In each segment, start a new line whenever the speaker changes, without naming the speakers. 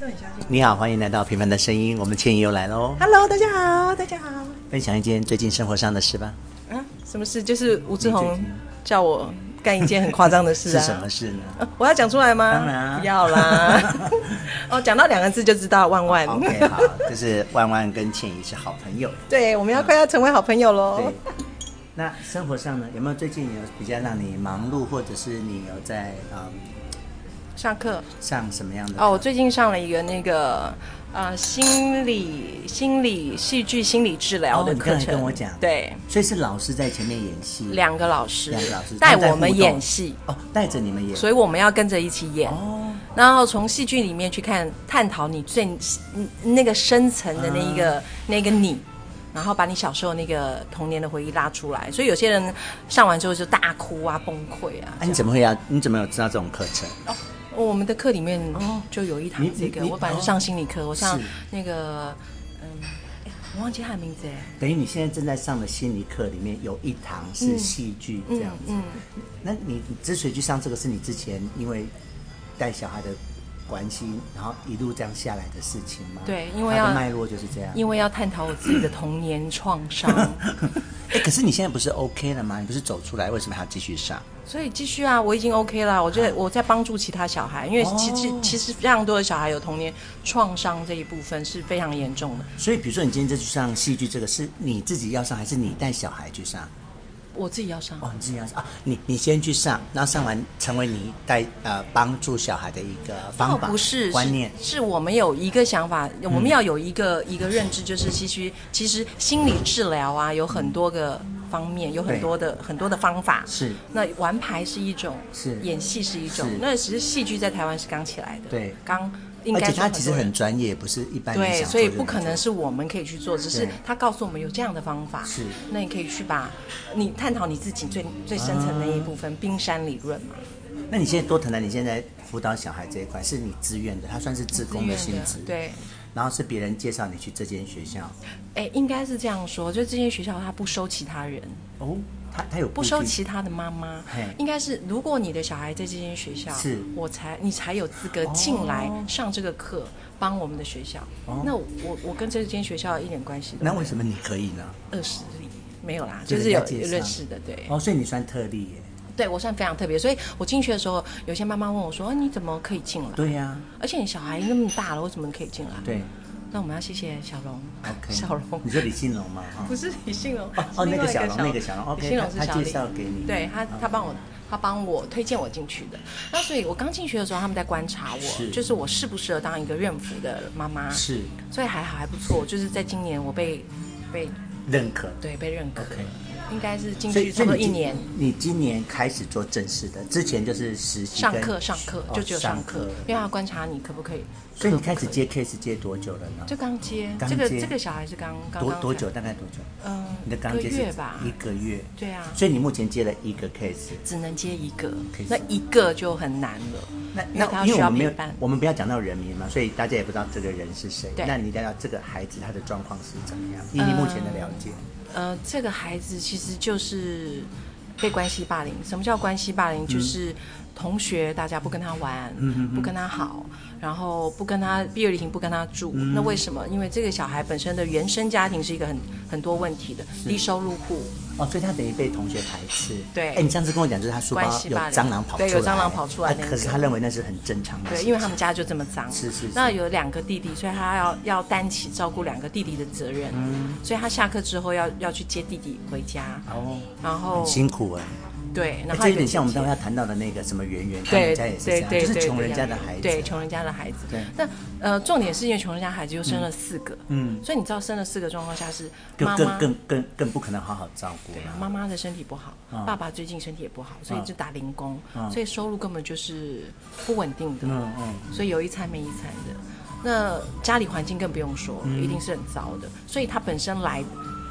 都很相信。
你好，欢迎来到《平凡的声音》，我们倩怡又来喽，
Hello，大家好，大家好。
分享一件最近生活上的事吧。
啊，什么事？就是吴志
你最
宏
近
叫我干一件很夸张的事
是
啊。
什么事呢
啊 我要讲出来吗？
当然啊
不要啦。 哦，讲到两个字就知道万万。
哦？OK，好，就是万万跟倩怡是好朋友。
对，我们要快要成为好朋友喽
对。，那生活上呢，有没有最近有比较让你忙碌，或者是你有在嗯
上课
上什么样的？
哦，我最近上了一个那个呃心理心理戏剧心理治疗
哦
的
你
课
刚才
程。
跟我讲，
对，，
所以是老师在前面演戏，
两个老师
两个老师
带
他们在
我们
互动
演戏，
哦，带着你们演，
所以我们要跟着一起演。
哦，
然后从戏剧里面去看探讨你最嗯那个深层的那一个、
啊
那个你，然后把你小时候那个童年的回忆拉出来。所以有些人上完之后就大哭啊、崩溃啊。
啊，你怎么会要？你怎么有知道这种课程？
哦我们的课里面
哦
就有一堂
你
这个，
你你哦
我本来是上心理课，我上
是
那个嗯，哎我忘记他的名字哎。
等于你现在正在上的心理课里面有一堂
嗯
是戏剧这样子。那你你之所以去上这个，是你之前因为带小孩的关系，然后一路这样下来的事情吗？
对因为
它的
要
脉络就是这样。
因为要探讨我自己的童年创伤，
哎、可是你现在不是 OK 了吗？你不是走出来，为什么还要继续上？
所以继续啊，我已经 OK 啦。我觉得我在帮助其他小孩，因为其实、
哦
其实非常多的小孩有童年创伤这一部分是非常严重的。
所以，比如说你今天这去上戏剧，这个是你自己要上，还是你带小孩去上？
我自己要上，
哦，你自己要上啊？你你先去上，然后上完成为你带呃帮助小孩的一个
哦
方法、
不是
观念。嗯
是，是我们有一个想法，我们要有一个、一个认知，就是其实其实心理治疗啊有很多个方面，有很多的很多的方法。
是
那玩牌是一种，
是
演戏是一种
是，
那其实戏剧在台湾是刚起来的，
对
刚应
而
该
且
说
他其实
多人
很专业，不是一般人
对，
想
所以
做就
不可能
做
是我们可以去做，只是
对
他告诉我们有这样的方法。
是
那你可以去把你探讨你自己最最深层的那一部
啊
分，冰山理论嘛。
那你现在多谈谈，你现在辅导小孩这一块是你自愿的，他算是自工的性质，
自愿的对。
然后是别人介绍你去这间学校，
哎，应该是这样说，就这些学校他不收其他人，
哦，他他有不
不收其他的妈妈
嘿。
应该是如果你的小孩在这间学校，
是哦
我才你才有资格进来上这个课，帮我们的学校。
哦
那我我我跟这间学校一点关系都没
那
有。
为什么你可以呢？
二十里没有啦，
就
就是
人
有
家介
有
绍
认识的对。
哦，所以你算特例耶，
对我算非常特别，所以我进去的时候，有些妈妈问我说：“啊你怎么可以进来？
对呀、
而且你小孩那么大了，为什么可以进来？”，
对
那我们要谢谢小龙。
，OK，
小龙
你说李信龙吗？哈、
不是李信龙，
哦
是另外
那个
一
小龙那个小龙，OK，
李信龙
他
是
他
小
介
李
绍给你嗯
对他他帮我他帮我推荐我进去的。那所以我刚进去的时候，他们在观察我，
是
就是我适不适合当一个孕妇的妈妈，
是
所以还好还不错，就是在今年我被被
认可。
对被认可
OK
应该是进
所以，
去差
所
不多
以
一
你
年
今。你今年开始做正式的，之前就是实习
上
跟
课上课
哦
就只有上课，因为他观察你可不可以。
所以你开
可
始
不可
接 case 接多久了呢？
就刚接
刚
这个
接
这个小孩是刚刚
多
刚
多
才
久？？大概多久？
嗯、
你的刚
一
接
个
是
月吧
一，个月。
对啊
所以你目前接了一个 case。
只能接一个
可以，
那一个就很难了。
那
因为他
那
需
因为我
要
们没
陪
有
伴，。
我们不要讲到人名嘛，所以大家也不知道这个人是谁。
对嗯
那你聊聊这个孩子他的状况是怎么样？以你目前的了解，
呃，这个孩子其实就是被关系霸凌。什么叫关系霸凌？
嗯
就是同学大家不跟他玩，不跟他好，然后不跟他毕业旅行不跟他住。
嗯
那为什么？因为这个小孩本身的原生家庭是一个很很多问题的低收入户，
哦，所以他等于被同学排斥。
对
哎，你上次跟我讲，就是他书包
关系
有
霸凌
蟑螂跑出来，
对有蟑螂跑出来
啊
那个
可是他认为那是很正常的事
对，
情。
因为他们家就这么脏。
是是是
那有两个弟弟，所以他要要担起照顾两个弟弟的责任。
嗯
所以他下课之后要要去接弟弟回家，
哦，
然后
很辛苦哎。
对，然
哎
后
这有
还
点像我们
姐
待
姐
会要谈到的那个什么圆圆，他
对
们家也是这
对
样，
对，
就是
对
穷
对
人
一
家
样
的孩子。
对穷人家的孩子。
对
但呃，重点是因为穷人家孩子又生了四个，
嗯
嗯，所以你知道生了四个状况下是
就
妈
更
妈。
更更更不可能好好照顾
对
了。
妈妈的身体不好，
嗯
爸爸最近身体也不好，所以就打零工，
嗯
所以收入根本就是不稳定的，
嗯嗯
所以有一餐没一餐的。那家里环境更不用说了，
嗯
一定是很糟的。所以他本身来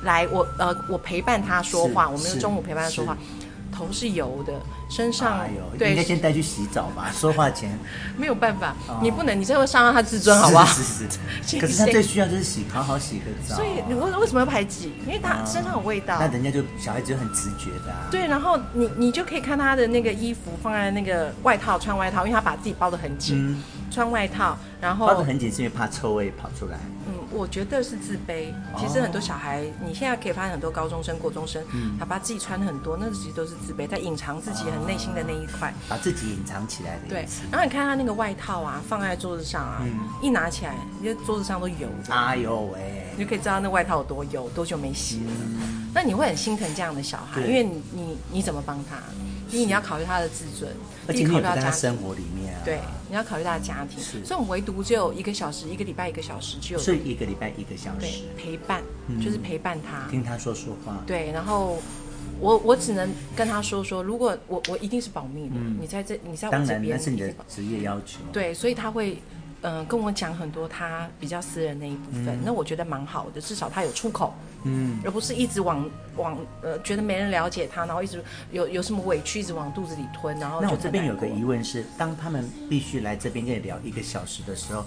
来我呃我陪伴他说话，
是
我们
是
中午陪伴他说话，头是油的，身上、
哎呦，应该
对
先带去洗澡 吧。说话前，
没有办法，你不能你这会伤到他自尊，好不好？
是是是。
先
可是他最需要就是洗，好好洗个澡。
所以你为为什么要排挤？因为他身上有味道
啊那。人家就小孩子就很直觉的啊。
对，然后你你就可以看他的那个衣服放在那个外套，穿外套，因为他把自己包得很紧，穿穿外套，然
嗯包
后
得很紧是因为怕臭味跑出来。
嗯，我觉得是自卑。
哦
其实很多小孩，你现在可以发现很多高中生、国中生，
嗯
他把自己穿很多，那其实都是自卑，在隐藏自己很内心的那一块。
把自己隐藏起来的
对
意思。，
然后你看他那个外套啊，放在桌子上啊，
嗯
一拿起来，你的桌子上都油的，
哎呦喂，
你就可以知道那外套有多油，多久没洗了。那你会很心疼这样的小孩，
嗯对
因为你你你怎么帮他？因为你要考虑他的自尊，
而且
你
你
考
也
虑
不
到
在他
家庭
生。活里面啊。
对，你要考虑他的家庭，
是
所以我们唯独只有一个小时，一个礼拜一个小时，只有
所以一个礼拜一个小
对
时，
陪伴，就是陪伴他。
嗯听他说说话。
对，然后我我只能跟他说说，如果我我一定是保密的，你在这你在我
嗯当
这
然那
边
是
一
你
定
的
保
职业要求。
对，所以他会嗯、呃跟我讲很多他比较私人那一部分，那我觉得蛮好的，至少他有出口，
嗯，
而不是一直往往呃觉得没人了解他，然后一直有有什么委屈一直往肚子里吞，然后
那
哦
我
就很
这边
难
有个
过
疑问是，当他们必须来这边跟你聊一个小时的时候，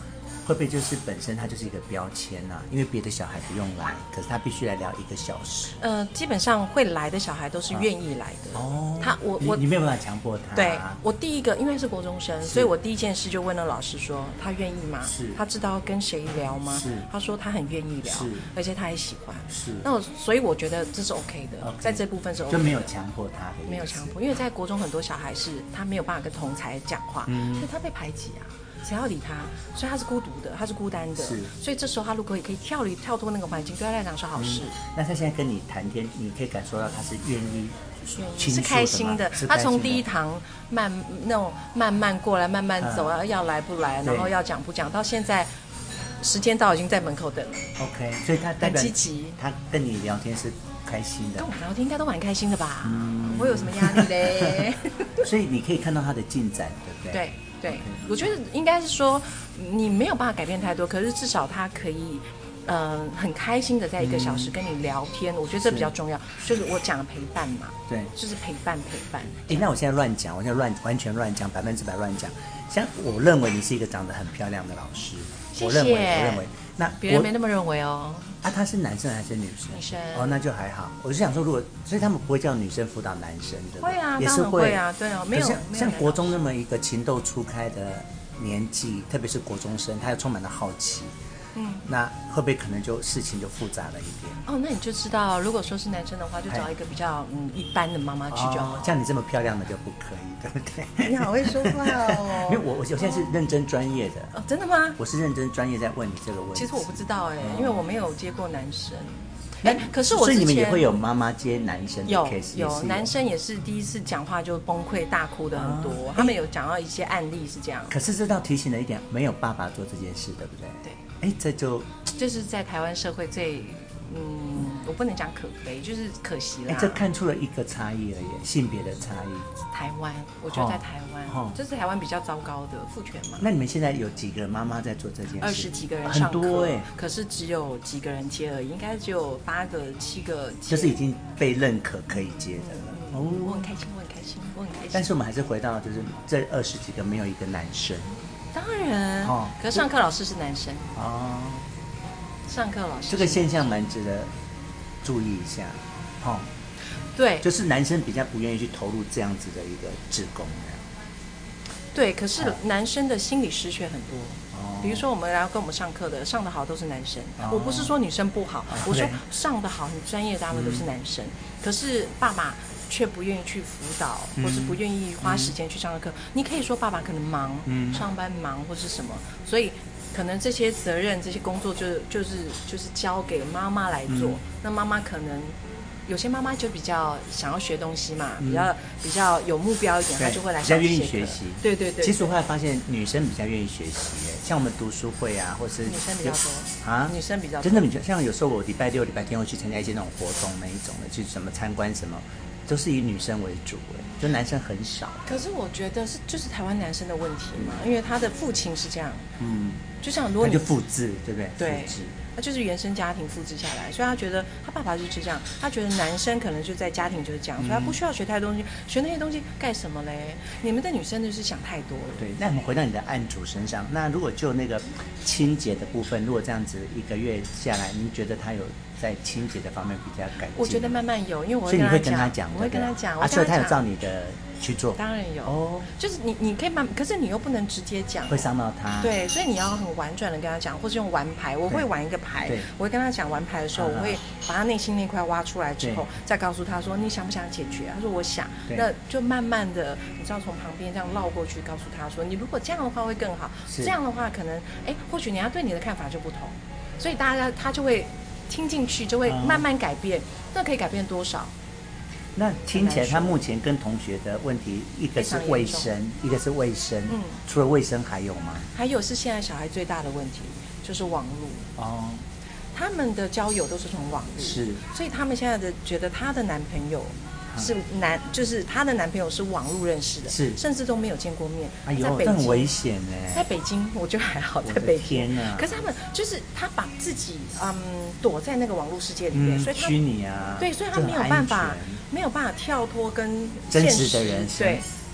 会不会就是本身它就是一个标签呐、啊？因为别的小孩不用来，可是他必须来聊一个小时。
呃，基本上会来的小孩都是愿意来
啊
的。
哦，
他我
你
我
你没有办法强迫他。啊
对我第一个，因为是国中生，所以我第一件事就问了老师说，他愿意吗？
是
他知道跟谁聊吗？
是
他说他很愿意聊
是，
而且他也喜欢。
是，
那我所以我觉得这是 OK 的
OK
在这部分是 OK
就
的。
没有强迫他的意思，
没有强迫，因为在国中很多小孩是他没有办法跟同才讲话，
嗯
所以他被排挤啊，谁要理他？所以他是孤独的，他是孤单的
是。
所以这时候他如果也可以跳离跳脱那个环境，对他来讲是好事。
嗯那他现在跟你谈天，你可以感受到他是愿意
愿意
倾
是
诉
开心的
的吗，是
他
开心
从
的
第一堂慢那种慢慢过来，慢慢走，啊，要来不来，
对
然后要讲不讲，到现在时间到已经在门口等了，
OK，所以他代表
积极
他跟你聊天是开心的
跟，我聊天应该都蛮开心的吧？
嗯
我有什么压 力嘞？
所以你可以看到他的进展，对不对？
对对，我觉得应该是说你没有办法改变太多，可是至少他可以。嗯，很开心的在一个小时跟你聊
嗯
天，我觉得这比较重要。就是我讲的陪伴嘛，
对。
就是陪伴陪伴。
哎，那我现在乱讲，我现在乱完全乱讲，百分之百乱讲。像我认为你是一个长得很漂亮的老师，
谢
我认为，
谢
我认为，那
别人
我
没那么认为哦。
啊，他是男生还是女生？
女生
哦，那就还好。我是想说，如果所以他们不会叫女生辅导男生，对不对？
会啊，
也
当
是
然会啊，对啊，没有
可是
没有
像像
难
国
道
中那么一个情窦初开的年纪，特别是国中生，他又充满了好奇，嗯，那会不会可能就事情就复杂了一点？
哦，那你就知道，如果说是男生的话，
哎
就找一个比较嗯一般的妈妈去就好。
哦像你这么漂亮的就不可以，对不对？
你好会说话 哦
因为我我我现在是认真专业的，
哦，真的吗？
我是认真专业在问你这个问题。
其实我不知道哎、因为我没有接过男生。哎、
哎，
可是我
所以
之
你们也
前
会有妈妈接男生的
有
case，也
有
是
男。生也是第一次讲话就崩溃大哭的很多，
啊
他们有讲到一些案例是这样，
可是这倒提醒了一点，没有爸爸做这件事，对不对？
对。
哎，这就
就是在台湾社会最嗯，我不能讲可悲，就是可惜
哎
啦，。
这看出了一个差异了耶，性别的差异。
台湾，我觉得在
哦
台
哦
湾，这是台湾比较糟糕的父权嘛。
那你们现在有几个妈妈在做这件事？
二十几个人
很
上课，
多哎，
可是只有几个人接而已，应该只有八个、七个
就
接。
是已经被认可可以接的了。
嗯
哦。
我很开心，我很开心，我很开心。
但是我们还是回到，就是这二十几个没有一个男生
当然，啊
哦
可是上课老师是男生，
哦。
上课老师
这个
是
现象蛮值得注意一下，哦，
对
就是男生比较不愿意去投入这样子的一个职工
对，可是
哦
男生的心理失血很多。
哦
比如说，我们来跟我们上课的，上的好都是男生。
哦
我不是说女生不好，我说
对嗯
上的好、很专业的他们都是男生。可是爸爸却不愿意去辅导，
嗯
或是不愿意花时间去上课。你可以说爸爸可能忙，
嗯
上班忙或是什么，所以可能这些责任、这些工作就就是就是交给妈妈来做。
嗯
那妈妈可能。有些妈妈就比较想要学东西嘛，比较比较有目标一点，她
嗯对
就会来
比较
上这
愿意
些
学
课
习
对对对，
其实我后来发现，女生比较愿意学习耶，像我们读书会啊，或是
女生比较多
啊，
女生比较多
真的比较像有时候我礼拜六、礼拜天会去参加一些那种活动那一种的，去什么参观什么，都是以女生为主，哎，就男生很少。
可是我觉得是就是台湾男生的问题嘛，因为他的父亲是这样，
嗯，
就像如果
那
你
就复制，对不对？
对
复制，
他就是原生家庭复制下来，所以他觉得他爸爸就是这样，他觉得男生可能就在家庭就是这样，
嗯
所以他不需要学太多东西，学那些东西干什么嘞？你们的女生就是想太多了。
对，那我们回到你的案主身上，那如果就那个清洁的部分，如果这样子一个月下来，您觉得他有在清洁的方面比较改进？
我觉得慢慢有，因为我
所以你会
会
跟
跟
他
他
讲，
我会
对
跟
不对
他讲，我
啊，所以
跟
他有照
讲，
你的去做，
当然有，
哦，
就是你你可以慢，可是你又不能直接讲
会，伤到他，，
对，所以你要很婉转的跟他讲，或是用玩牌，我会
啊对
玩一个牌
对，
我会跟他讲玩牌的时候，
啊
我会把他内心那块挖出来之后
对，
再告诉他说你想不想解决？他说我想，
对
那就慢慢的，你知道从旁边这样绕过去，告诉他说你如果这样的话会更好，
是
这样的话可能，哎，或许人家对你的看法就不同，所以大家他就会听进去，就会
啊
慢慢改变，那可以改变多少？
那听起来他
很难说
目前跟同学的问题，一个是
非常严重
卫生，一个是卫生，
嗯
除了卫生还有吗？
还有是现在小孩最大的问题就是网络，
哦，
他们的交友都是从网络。
是，
所以他们现在的觉得她的男朋友是男，就是她的男朋友是网络认识的，
啊是
甚至都没有见过面。
哎
在
呦，
北
这很危
京，
险哎，
在北京我觉得还好，
我
在
的
北京。
天呐，
可是他们就是他把自己嗯躲在那个网络世界里面，
嗯，
所以他
虚拟啊，
对，所以他
这很
没有
安
办法
全，
没有办法跳脱跟
真
现
实的人生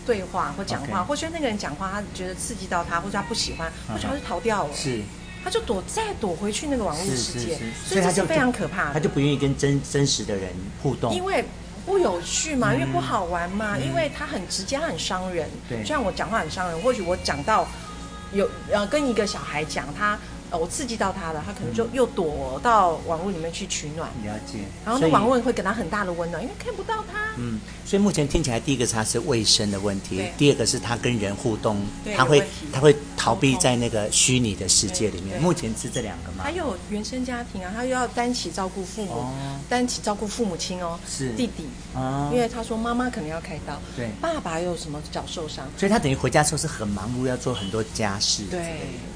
对对话或讲话
OK
或者那个人讲话他觉得刺激到他，或者他不喜欢，
哼
或者他就逃掉了，
是
他就躲再躲回去那个网络
是
世
是
界
是，，
所以这是
就
非常可怕的。
他就不愿意跟真真实的人互动，
因为不有趣嘛，因为
哦嗯
不好玩嘛，
嗯
因为它很直接，它很伤人。
对
就像我讲话很伤人，或许我讲到有呃跟一个小孩讲他。呃我刺激到他了，他可能就
嗯
又躲到网络里面去取暖，
了解，
然后
所
那
以
网络会给他很大的温暖，因为看不到他。
嗯，所以目前听起来，第一个是他是卫生的问题
对，
第二个是他跟人互动，
对
他
有
会
问题
他会逃避在那个虚拟的世界里
对
面。
对
目前是这两个嘛
还？有原生家庭啊，他又要担起照顾父母，
哦
担起照顾父母亲哦，
是
弟弟，
啊
因为他说妈妈可能要开刀，
对
爸爸又有什么脚受伤，
所以他等于回家之后是很忙碌，要做很多家事。
对，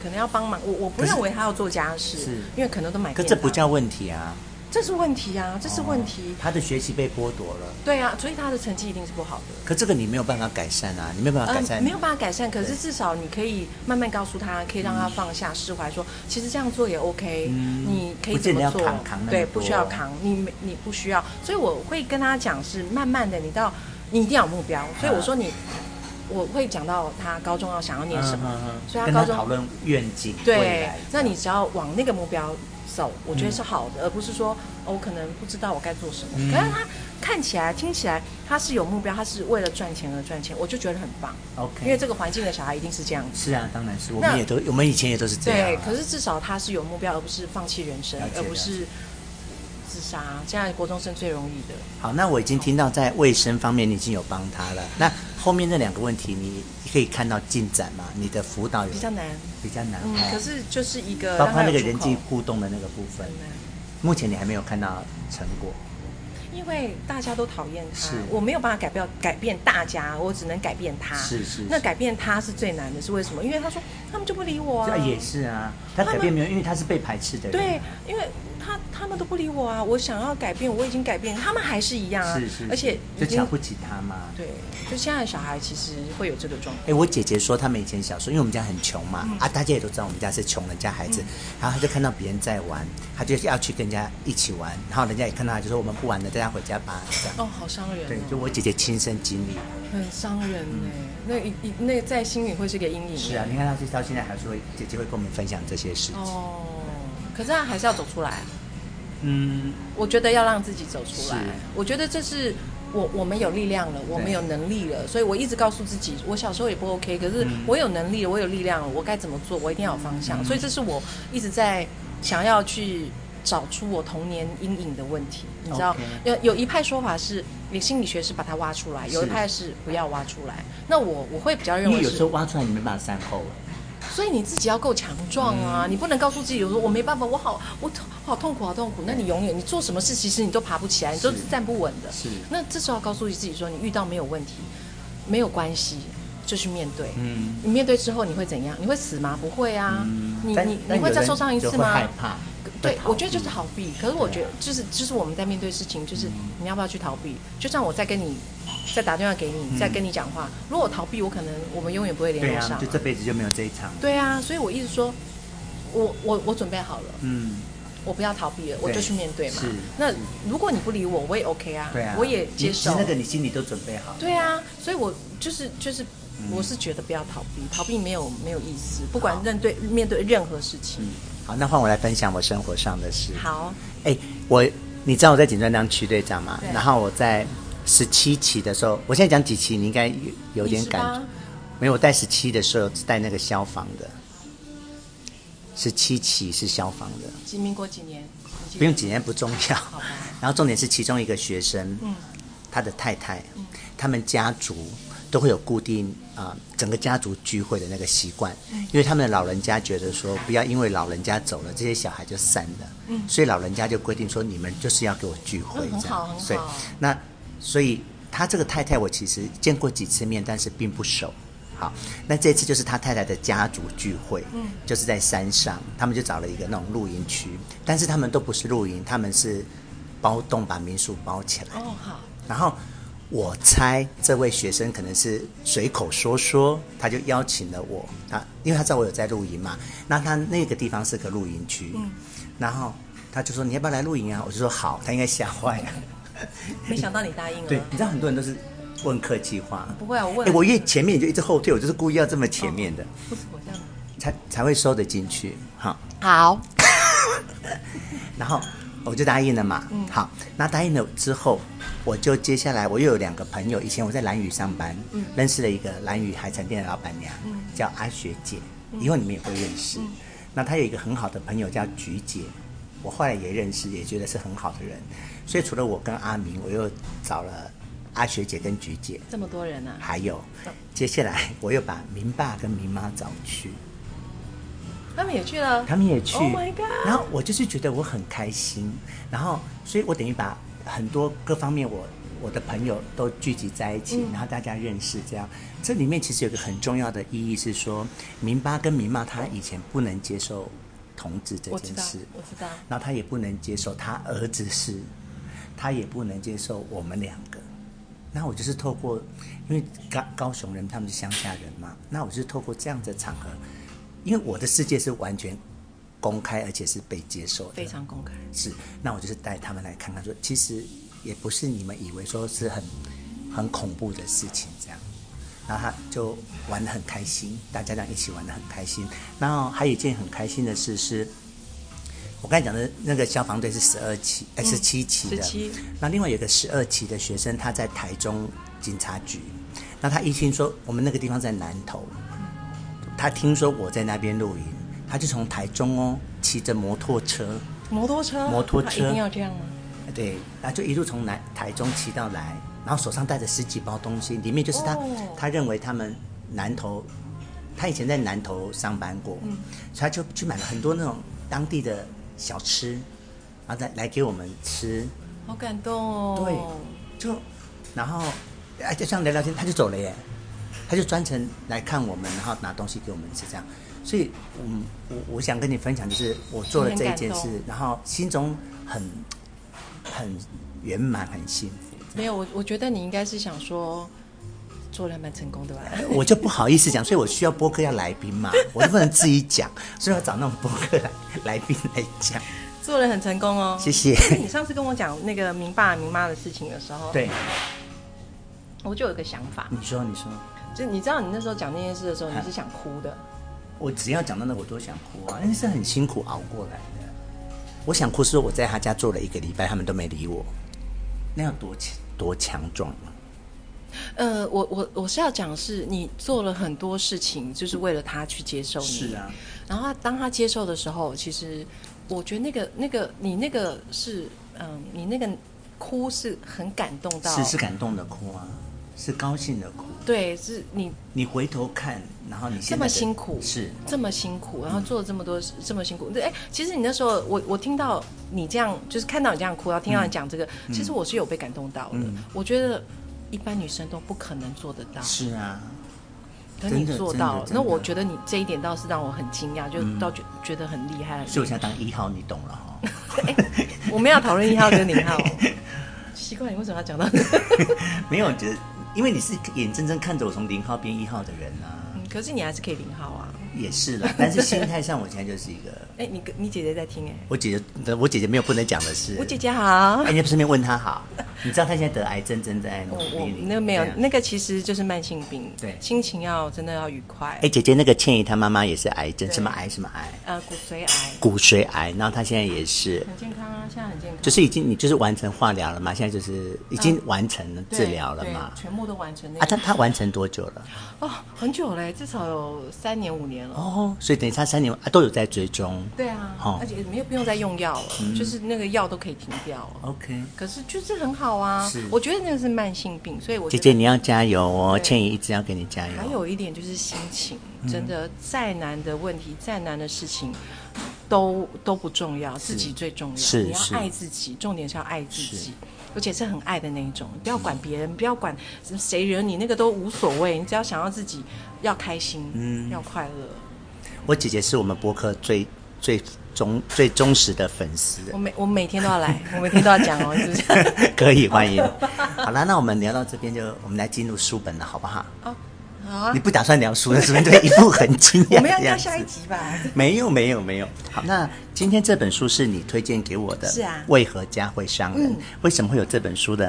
可能要帮忙。我我不
可是
认为他要做家事，
是
因为可能都买
可
便
这不
当
叫问题啊，
这是问题啊，这是问题
哦。他的学习被剥夺了，
对啊，所以他的成绩一定是不好的。呃
可这个你没有办法改善啊，你没有办法改善，
嗯没有办法改善，可是
对
至少你可以慢慢告诉他，可以让他放下、释怀，说其实这样做也 OK，、
嗯
你可以
不
怎
见得
么
要
做，
扛扛那么
对，
多
不需要扛，你没你不需要。所以我会跟他讲是慢慢的，你到你一定要有目标。所以我说你，我会讲到他高中要想要念什
嗯
么，
嗯嗯
所以他
跟他
高中
讨论愿景未
对
来，
那你只要往那个目标走，我觉得是好的，而不是说哦我可能不知道我该做什么。
嗯
可是他看起来、听起来他是有目标，他是为了赚钱而赚钱，我就觉得很棒。
OK，
因为这个环境的小孩一定是这样子。
是啊，当然是，我
那
们也都我们以前也都是这样啊。
对，可是至少他是有目标，而不是放弃人生
了解，
而不是自杀。现在国中生最容易的。
好，那我已经听到在卫生方面你已经有帮他了。那后面那两个问题，你可以看到进展吗？你的辅导有
比较难，
比较难
嗯，可
哦，
是就是一个
包
让
括
他
那
有
个
出
人
口
际互动的那个部分
很，难
目前你还没有看到成果。
因为大家都讨厌他
是，
我没有办法改变改变大家，我只能改变他。
是是
那
是
改变他是最难的，是为什么？因为他说他们就不理我
这
啊。
也是啊，他
他们
改变没有，因为他是被排斥的人。
对，因为他他们都不理我啊，我想要改变，我已经改变，他们还是一样啊。
是是，
而且
就
已
瞧
经
不起他嘛。
对，就现在的小孩其实会有这个状况。
哎，我姐姐说，他们以前小时候，因为我们家很穷嘛，
嗯
啊，大家也都知道我们家是穷人家孩子，然后她就看到别人在玩，她就要去跟人家一起玩，然后人家也看到她，就说我们不玩了，大家回家吧，这样。
哦，嗯好伤人、哦，
对，就我姐姐亲身经历。
很伤人呢、那一一那在心里会是个阴影。
是啊，你看她到现在还说姐姐会跟我们分享这些事情。
哦，可是他还是要走出来。啊
嗯，
我觉得要让自己走出
是。
来我觉得这是我我们有力量了，我们有能力了，所以我一直告诉自己，我小时候也不 OK，可
嗯
是我有能力了，我有力量了，我该怎么做，我一定要有方向。所以这是我一直在想要去找出我童年阴影的问题。你知道
OK
有有一派说法是，你心理学是把它挖出来，有一
是
派是不要挖出来。那我我会比较认
因为
为
有时
是
候，挖出来你没办法善后。
所以你自己要够强壮啊！
嗯
你不能告诉自己，我说我没办法，我好我痛好痛苦，好痛苦。那你永远你做什么事，其实你都爬不起来，你都
是
是站不稳的。
是
那这时候要告诉自己说，你遇到没有问题，没有关系，就去面对。
嗯，
你面对之后你会怎样？你会死吗？不会啊。你
但
你
但
你会
有
再
人
受伤一
就
次
会
吗？
害怕。
对
会，逃
我觉得就是
避。
逃避。可是我
对啊嗯
觉得就是就是我们在面对事情，就是你要不要去逃避？就像我在跟你在打电话给你，在跟你讲话，如果我逃避，我可能我们永远不会
嗯
联
对
络上
啊，
啊
就。这辈子就没有这一场。
对啊，所以我一直说，我我我准备好了，
嗯，
我不要逃避了，我就去面对嘛
是。
那
是
如果你不理我，我也 OK 啊，
对啊，
我也接
你其
受
实。那个你心里都准备好。
对啊，所以我就是就是，我是觉得不要逃避，逃避没有没有意思，不管
嗯好
面对面对任何事情
嗯。好，那换我来分享我生活上的事。
好，
哎，我你知道我在警专当区队长嘛
对？
然后我在十七期的时候，我现在讲几期，你应该有有点感觉
18。
没有，我带十七的时候是带那个消防的，十七期是消防的。
几民国几年？你记得
不用几年不重要
吧。嗯
然后重点是其中一个学生，他的太太，他们家族都会有固定啊、呃整个家族聚会的那个习惯，
哎
因为他们的老人家觉得说，不要因为老人家走了，这些小孩就散了，所以老人家就规定说，你们就是要给我聚会
嗯嗯很
这
好
样
很，好
所以那所以他这个太太我其实见过几次面，但是并不熟。好，那这次就是他太太的家族聚会，嗯，就是在山上，他们就找了一个那种露营区，但是他们都不是露营，他们是包栋把民宿包起来。
哦，好，
然后我猜这位学生可能是随口说说，他就邀请了我，他因为他知道我有在露营嘛，那他那个地方是个露营区，然后他就说你要不要来露营啊？我就说好，他应该吓坏了。
没想到你答应了。
对，你知道很多人都是问客气话，哎
不会啊我问哦
诶我越前面你就一直后退，我就是故意要这么前面的，
不是我这样的。
才才会收得进去。好，
好，
然后我就答应了嘛。
嗯
好，那答应了之后，我就接下来我又有两个朋友，以前我在兰屿上班，
嗯
认识了一个兰屿海产店的老板娘，叫阿雪姐，
嗯
以后你们也会认识。那她有一个很好的朋友叫菊姐，我后来也认识，也觉得是很好的人。所以除了我跟阿明，我又找了阿雪姐跟菊姐，
这么多人啊，
还有接下来我又把明爸跟明妈找去。
他们也去了。
他们也去。
Oh my god！
然后我就是觉得我很开心，然后所以我等于把很多各方面我我的朋友都聚集在一起，
嗯
然后大家认识这样。这里面其实有个很重要的意义是说，明巴跟明妈他以前不能接受同志这
我知
件
道
事，，
我知道。
然后他也不能接受他儿子是，他也不能接受我们两个。那我就是透过，因为高高雄人他们是乡下人嘛，那我就是透过这样的场合，因为我的世界是完全公开，而且是被接受的，
非常公开，
是，那我就是带他们来看看说，其实也不是你们以为说是很很恐怖的事情这样。然后他就玩得很开心，大家这样一起玩得很开心。然后还有一件很开心的事是，我刚才讲的那个消防队是十二期，哎、十七期的。
17
那另外有个十二期的学生，他在台中警察局。那他一听说我们那个地方在南投，他听说我在那边露营，他就从台中哦骑着摩托车，
摩托车，
摩托
他
车
一定要这样吗？
哎对，然后就一路从南台中骑到来，然后手上带着十几包东西，里面就是他、
哦
他认为他们南投，他以前在南投上班过，所以他就去买了很多那种当地的小吃，然后再来给我们吃，
好感动哦。
对，就然后哎就像聊聊天，他就走了耶，他就专程来看我们，然后拿东西给我们吃这样。所以，嗯，我我想跟你分享，就是我做了这一件
你很感
事
动，
然后心中很很圆满，很幸福。
没有我，我觉得你应该是想说，做人蛮成功的吧？
我就不好意思讲，所以我需要播客要来宾嘛，我就不能自己讲，所以要找那种播客来来宾来讲。
做人很成功哦。
谢谢。
因为你上次跟我讲那个明爸明妈的事情的时候，
对，嗯
我就有个想法，
你说，你说，
就你知道你那时候讲那件事的时候，你是想哭的。
我只要讲到那，我都想哭啊，那是很辛苦熬过来的。我想哭是我在他家做了一个礼拜，他们都没理我，那要多强多强壮啊！嗯
呃，我我我是要讲的是，你做了很多事情，就是为了他去接受你。
是啊。
然后他当他接受的时候，其实我觉得那个那个你那个是嗯、你那个哭是很感动到，
是是感动的哭啊，是高兴的哭。
对，是你
你回头看，然后你
这
现在
么
的
辛苦，
是
这么辛苦，然后做了这么多事，这么辛苦。对，哎，其实你那时候，我我听到你这样，就是看到你这样哭，然后听到你讲这个，其实我是有被感动到的。
嗯
我觉得一般女生都不可能做得到，
是啊，
可你
真的
做
真的
到了。
真
那
的嗯
我觉得你这一点倒是让我很惊讶，就倒觉觉得很厉害了。
所以我现在当一号，你懂了哈、
我们要讨论一号跟零号哦，奇怪，你为什么要讲到这个？
没有，就是因为你是眼睁睁看着我从零号变一号的人啊。
嗯可是你还是可以零号啊。
也是了，但是心态上，我现在就是一个，
哎，你跟你姐姐在听哎，
我姐姐，我姐姐没有不能讲的 事。
我姐姐好
哎，，你顺便问她好，你知道她现在得癌症，正在努
我我
力。
那个没有
这样，
那个其实就是慢性病，
啊对
心情要真的要愉快
哎，，姐姐那个倩怡她妈妈也是癌症，
对
什么癌什么癌，
呃，骨髓癌
骨髓癌，然后她现在也是，
很健康啊，现在很健康，
就是已经你就是完成化疗了嘛，现在就是已经完成了
对
治疗了嘛
对。全部都完成那
啊，她她完成多久了？
哦，很久嘞，至少有三年五年了。
哦，所以等于她三年啊都有在追踪。
对啊，
哦嗯
而且没有不用再用药了，就是那个药都可以停掉了。
OK，
可是就是很好啊
哦是，
我觉得那个是慢性病，所以我
姐
觉
姐
得
你要加油哦，
对
倩怡一直要给你加油。
还有一点就是心情，
嗯
真的再难的问题、再难的事情都都不重要，自己最重要。
是
你要
是
爱自己，重点是要爱自
是
己。而且是很爱的那一种，不要管别人，不要管谁惹你，那个都无所谓。你只要想要自己要开心，嗯，要快乐。
我姐姐是我们博客最最忠最忠实的粉丝，
我每我每天都要来，我每天都要讲哦，是 不是？
可以欢迎。好啦，那我们聊到这边就，我们来进入书本了，好不好？
哦，好啊
你，不打算聊书了，是不 是？对，一副很惊
我
讶
们要
的
到
样子
下。一集吧。
没有没有没有，好，那今天这本书是你推荐给我的，
是啊嗯
为何家会伤人？为什么会有这本书的？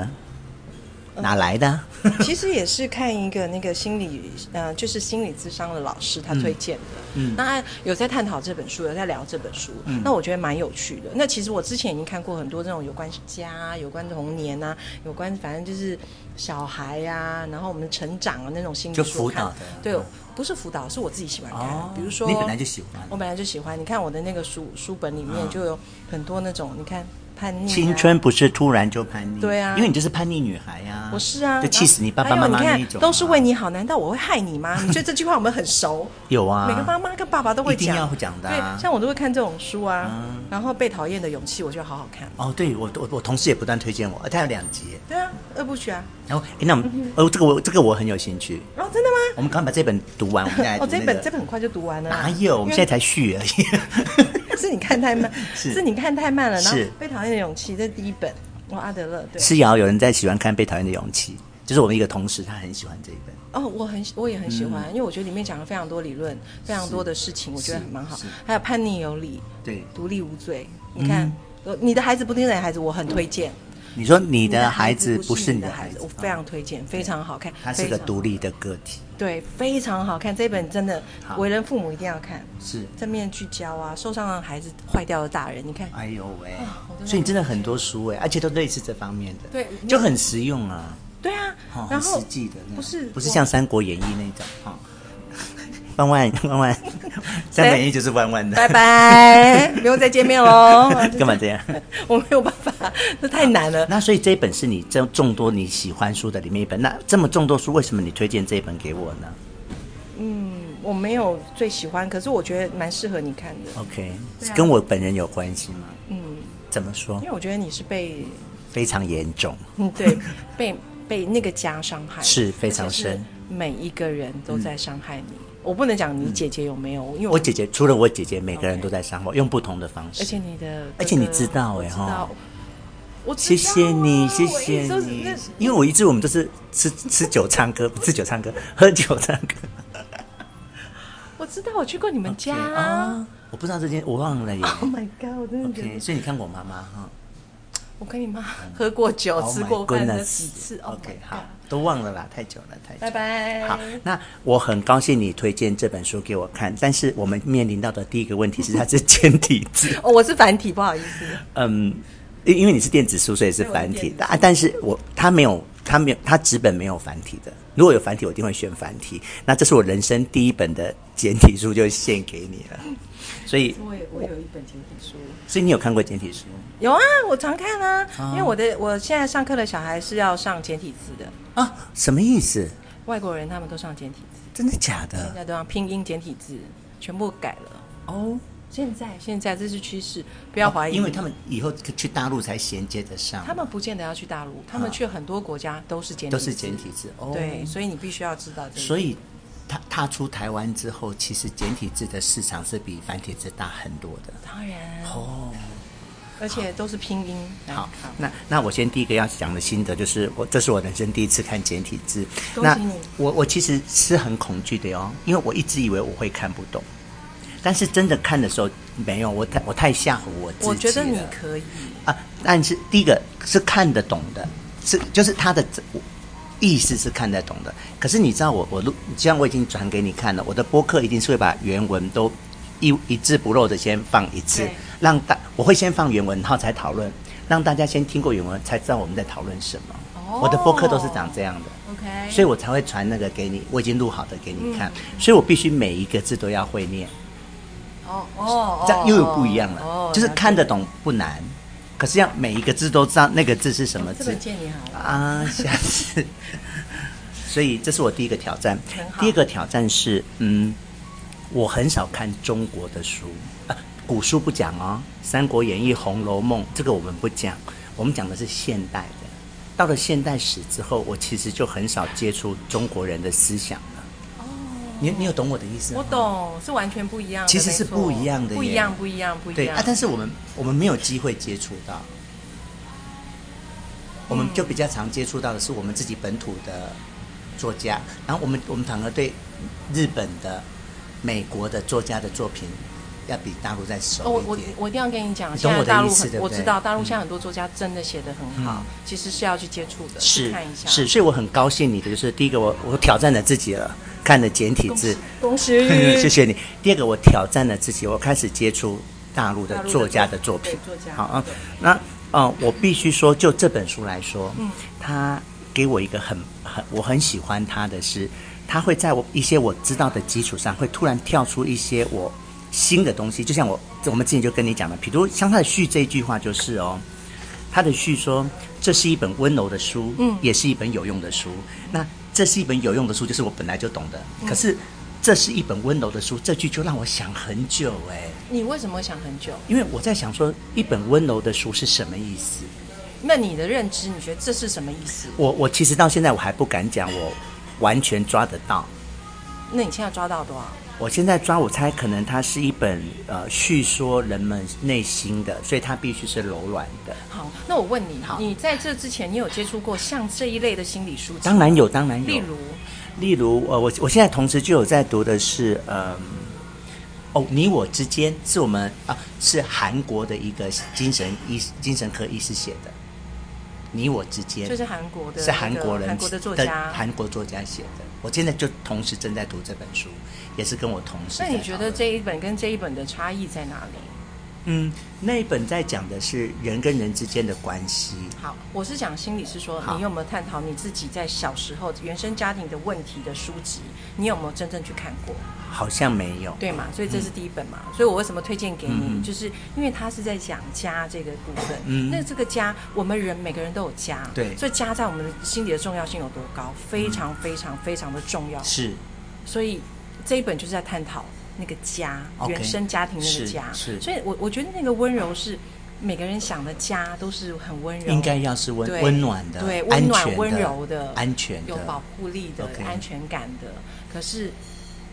呃
哪来的啊？
其实也是看一个那个心理，呃，就是心理咨商的老师他推荐的。嗯，那有在探讨这本书，有在聊这本书，
嗯
那我觉得蛮有趣的。那其实我之前已经看过很多这种有关家啊、有关童年啊、有关反正就是小孩呀、然后我们成长啊那种心理
就
书
辅导
看
的嗯哦
对，不是辅导，是我自己喜欢看。比如说，
你本来就喜欢啊
我本来就喜欢。你看我的那个书书本里面就有很多那种，你看叛逆、啊、
青春不是突然就叛逆，
对啊
因为你就是叛逆女孩呀、
我是啊，
就气死你爸爸
然后
妈妈
还有
那
你
一
看
种啊、
都是为你好，难道我会害你吗？你 觉得这句话我们很熟，
有啊，
每个妈妈跟爸爸都会
一定
讲，
要会讲的啊
对，像我都会看这种书啊，然后《被讨厌的勇气》，我觉得好好看。
哦，对我我我同事也不断推荐我，呃他有两集，
对啊，二部曲啊，
然后诶那我们哦这个我这个我很有兴趣，
哦，真的
我们赶快把这本读完，我们再来
吗？
读
哦，这
那
本
个
这本很快就读完了啊，
哎哪有？我们现在才续而已。
在是你看太慢，
是
是你看太慢了。然后
是
《被讨厌的勇气》这是第一本，哇，阿德勒对。
诗瑶有人在喜欢看《被讨厌的勇气》，就是我们一个同事，他很喜欢这一本。
哦，我很喜我也很喜欢，因为我觉得里面讲了非常多理论，非常多的事情，我觉得
嗯是
蛮好
是。
还有叛逆有理，
对，
独立无罪。
嗯
你看，呃你的孩子不听你的孩子，我很推荐。
你说你的孩
子
子不是
你
你的孩子，啊哦
我非常推荐，非常好看。
他是
非
个
常
独立的个体，
对，非常好看。这本真的
好，
为人父母一定要看。
是。
正面聚焦啊，受伤的孩子，坏掉的大人，你看，
哎呦喂
啊我真！的
所以你真的很多书哎，而且都类似这方面的，
对
就很实用啊，
对啊
哈，，
然
很
后
实际的那种，
不是
不是
我
像《三国演义》那种哈。 万万万万，《三国演义》就是万万的，
拜拜， 不用再见面喽。
干嘛这样？
我没有办法，这太难了。
那所以这一本是你这众多你喜欢书的里面一本。那这么众多书，为什么你推荐这一本给我呢
我没有最喜欢，可是我觉得蛮适合你看的，
？OK，、
对啊
跟我本人有关系吗？
嗯，
怎么说
因？为我觉得你是被，
非常严重，
嗯， 对，被被那个家伤害了，
是非常
而且是
深。嗯
每一个人都在伤害你，我不能讲你姐姐有没有，因为
我姐姐除了我姐姐，每个人都在伤我，用不同的方式。
而且你的哥哥，
而且你知道
我
哎
知
哈
道我知
谢
道
谢你，
啊
谢
我
谢
一直都是
你
那，
因为我一直我们都是吃吃酒唱歌，不吃酒唱歌， 喝酒唱歌。
我知道我去过你们家
OK，啊，我不知道这件，我忘了 耶。
Oh my god！我真的觉
OK，
得，
所以你看过我妈妈哈
我跟你妈喝过酒、
Oh
吃
my
过饭的
goodness
几次。Oh my
OK，好
god，
都忘了啦，太久了，太久了。
拜拜。
好，那我很高兴你推荐这本书给我看，但是我们面临到的第一个问题是它是简体 字，
哦，我是繁体，不好 意思。
嗯，因因为你是电子书，所以是繁体的啊，但是我它没有，它没有，它纸本没有繁体的。如果有繁体，我一定会选繁体。那这是我人生第一本的简体书，就献给你 了。所以，
我也我有一本简体书。
所以你有看过简体书
有啊，我常看啊，因为我的我现在上课的小孩是要上简体字的，
啊？什么意思？
外国人他们都上简体字，
真的假
现
的？
在都上拼音简体字，全部改了。
哦，
现在现在这是趋势，不要怀疑。
因为他们以后去大陆才衔接得上，
他们不见得要去大陆，他们去很多国家都是简体字
啊都是简体字。哦，
对，所以你必须要知道这个。
所以踏踏出台湾之后，其实简体字的市场是比繁体字大很多的。
当然，
哦，
而且都是拼音。
好，那那我先第一个要讲的心得就是，我这是我人生第一次看简体字。
恭
那
喜你
我我其实是很恐惧的哦，因为我一直以为我会看不懂，但是真的看的时候没有，我太我太吓唬我自己了。
我觉得你可以，
啊，但是第一个是看得懂的，是就是它的意思是看得懂的。可是你知道我我录，既然我已经传给你看了，我的播客一定是会把原文都一一字不漏的先放一次
对，
让大我会先放原文，然后才讨论，让大家先听过原文，才知道我们在讨论什么。
哦
我的播客都是长这样的。
OK，
所以
以
我才会传那个给你，我已经录好的给你看，所以我必须每一个字都要会念。
哦哦，
这样
哦
又有不一样了，
哦
就是
了解
看得懂不难，可是要每一个字都知道那个字是什么
这
字
个建议好，
啊，下次。所以这是我第一个挑战
很，好
第二个挑战是，嗯，我很少看中国的书，啊、古书不讲哦，《三国演义》《红楼梦》这个我们不讲，我们讲的是现代的。到了现代史之后，我其实就很少接触中国人的思想了。你你有懂我的意思吗？
哦我懂，是完全不一样的，
其实是
没错
不一样的耶
不一样，不一样，不一
对
样。
啊，但是我们我们没有机会接触到，我
嗯
们就比较常接触到的是我们自己本土的作家，然后我们我们反而对日本的、美国的作家的作品要比大陆再
哦我
熟一
我
点。
我一定要跟你讲，
你
现
懂
在
我的
大陆
意思
很
对不
我
对嗯
知道大陆现在很多作家真的写的很好，其实是要去接触的，去
是
看一下。
是，所以我很高兴你的就是第一个我我挑战了自己了，看了简体字，
恭喜
谢谢你。第二个我挑战了自己，我开始接触大陆的
大陆的
作家
作
的作品。
对作家
好啊
对，
那呃，我必须说，就这本书来说，嗯，它给我一个很很我很喜欢它的是，它会在我一些我知道的基础上，会突然跳出一些我新的东西。就像我我们之前就跟你讲的，比如像它的序这一句话就是哦。他的序说：“这是一本温柔的书，嗯，也是一本有用的书。那这是一本有用的书，就是我本来就懂的。可是这是一本温柔的书，这句就让我想很久哎、
你为什么会想很久？
因为我在想说，一本温柔的书是什么意思？
那你的认知，你觉得这是什么意思？
我我其实到现在我还不敢讲，我完全抓得到。
那你现在抓到多少？
我现在抓，我猜可能它是一本呃叙说人们内心的，所以它必须是柔软的。
好，那我问你
好，
你在这之前，你有接触过像这一类的心理书籍？
当，然有，当然有。
例如，
例如，呃，我我现在同时就有在读的是，呃，哦，你我之间是我们啊，是韩国的一个精神医精神科医师写的，你我之间
就是韩国的
是韩国
那个
人
韩国的作家。
韩国作家写的。我现在就同时正在读这本书，也是跟我同事在
那
讨论。
你觉得这一本跟这一本的差异在哪里？
嗯，那一本在讲的是人跟人之间的关系。
好，我是讲心理是说，
好
你有没有探讨你自己在小时候原生家庭的问题的书籍？你有没有真正去看过？
好像没有，
对嘛？所以这
嗯
是第一本嘛。所以我为什么推荐给你，就是因为它是在讲家这个部分。
嗯
那这个家，我们人每个人都有家，
对嗯
所以家在我们心里的重要性有多高？非常非常非常的重要。
是
所以这一本就是在探讨那个家
OK，
原生家庭那个家。
是是
所以我我觉得那个温柔是每个人想的家都是很温柔，
应该要是温
对
温暖的、
对，温
安全
暖
的
温柔的，
安全的
有保护力的、
OK
安全感的。可是，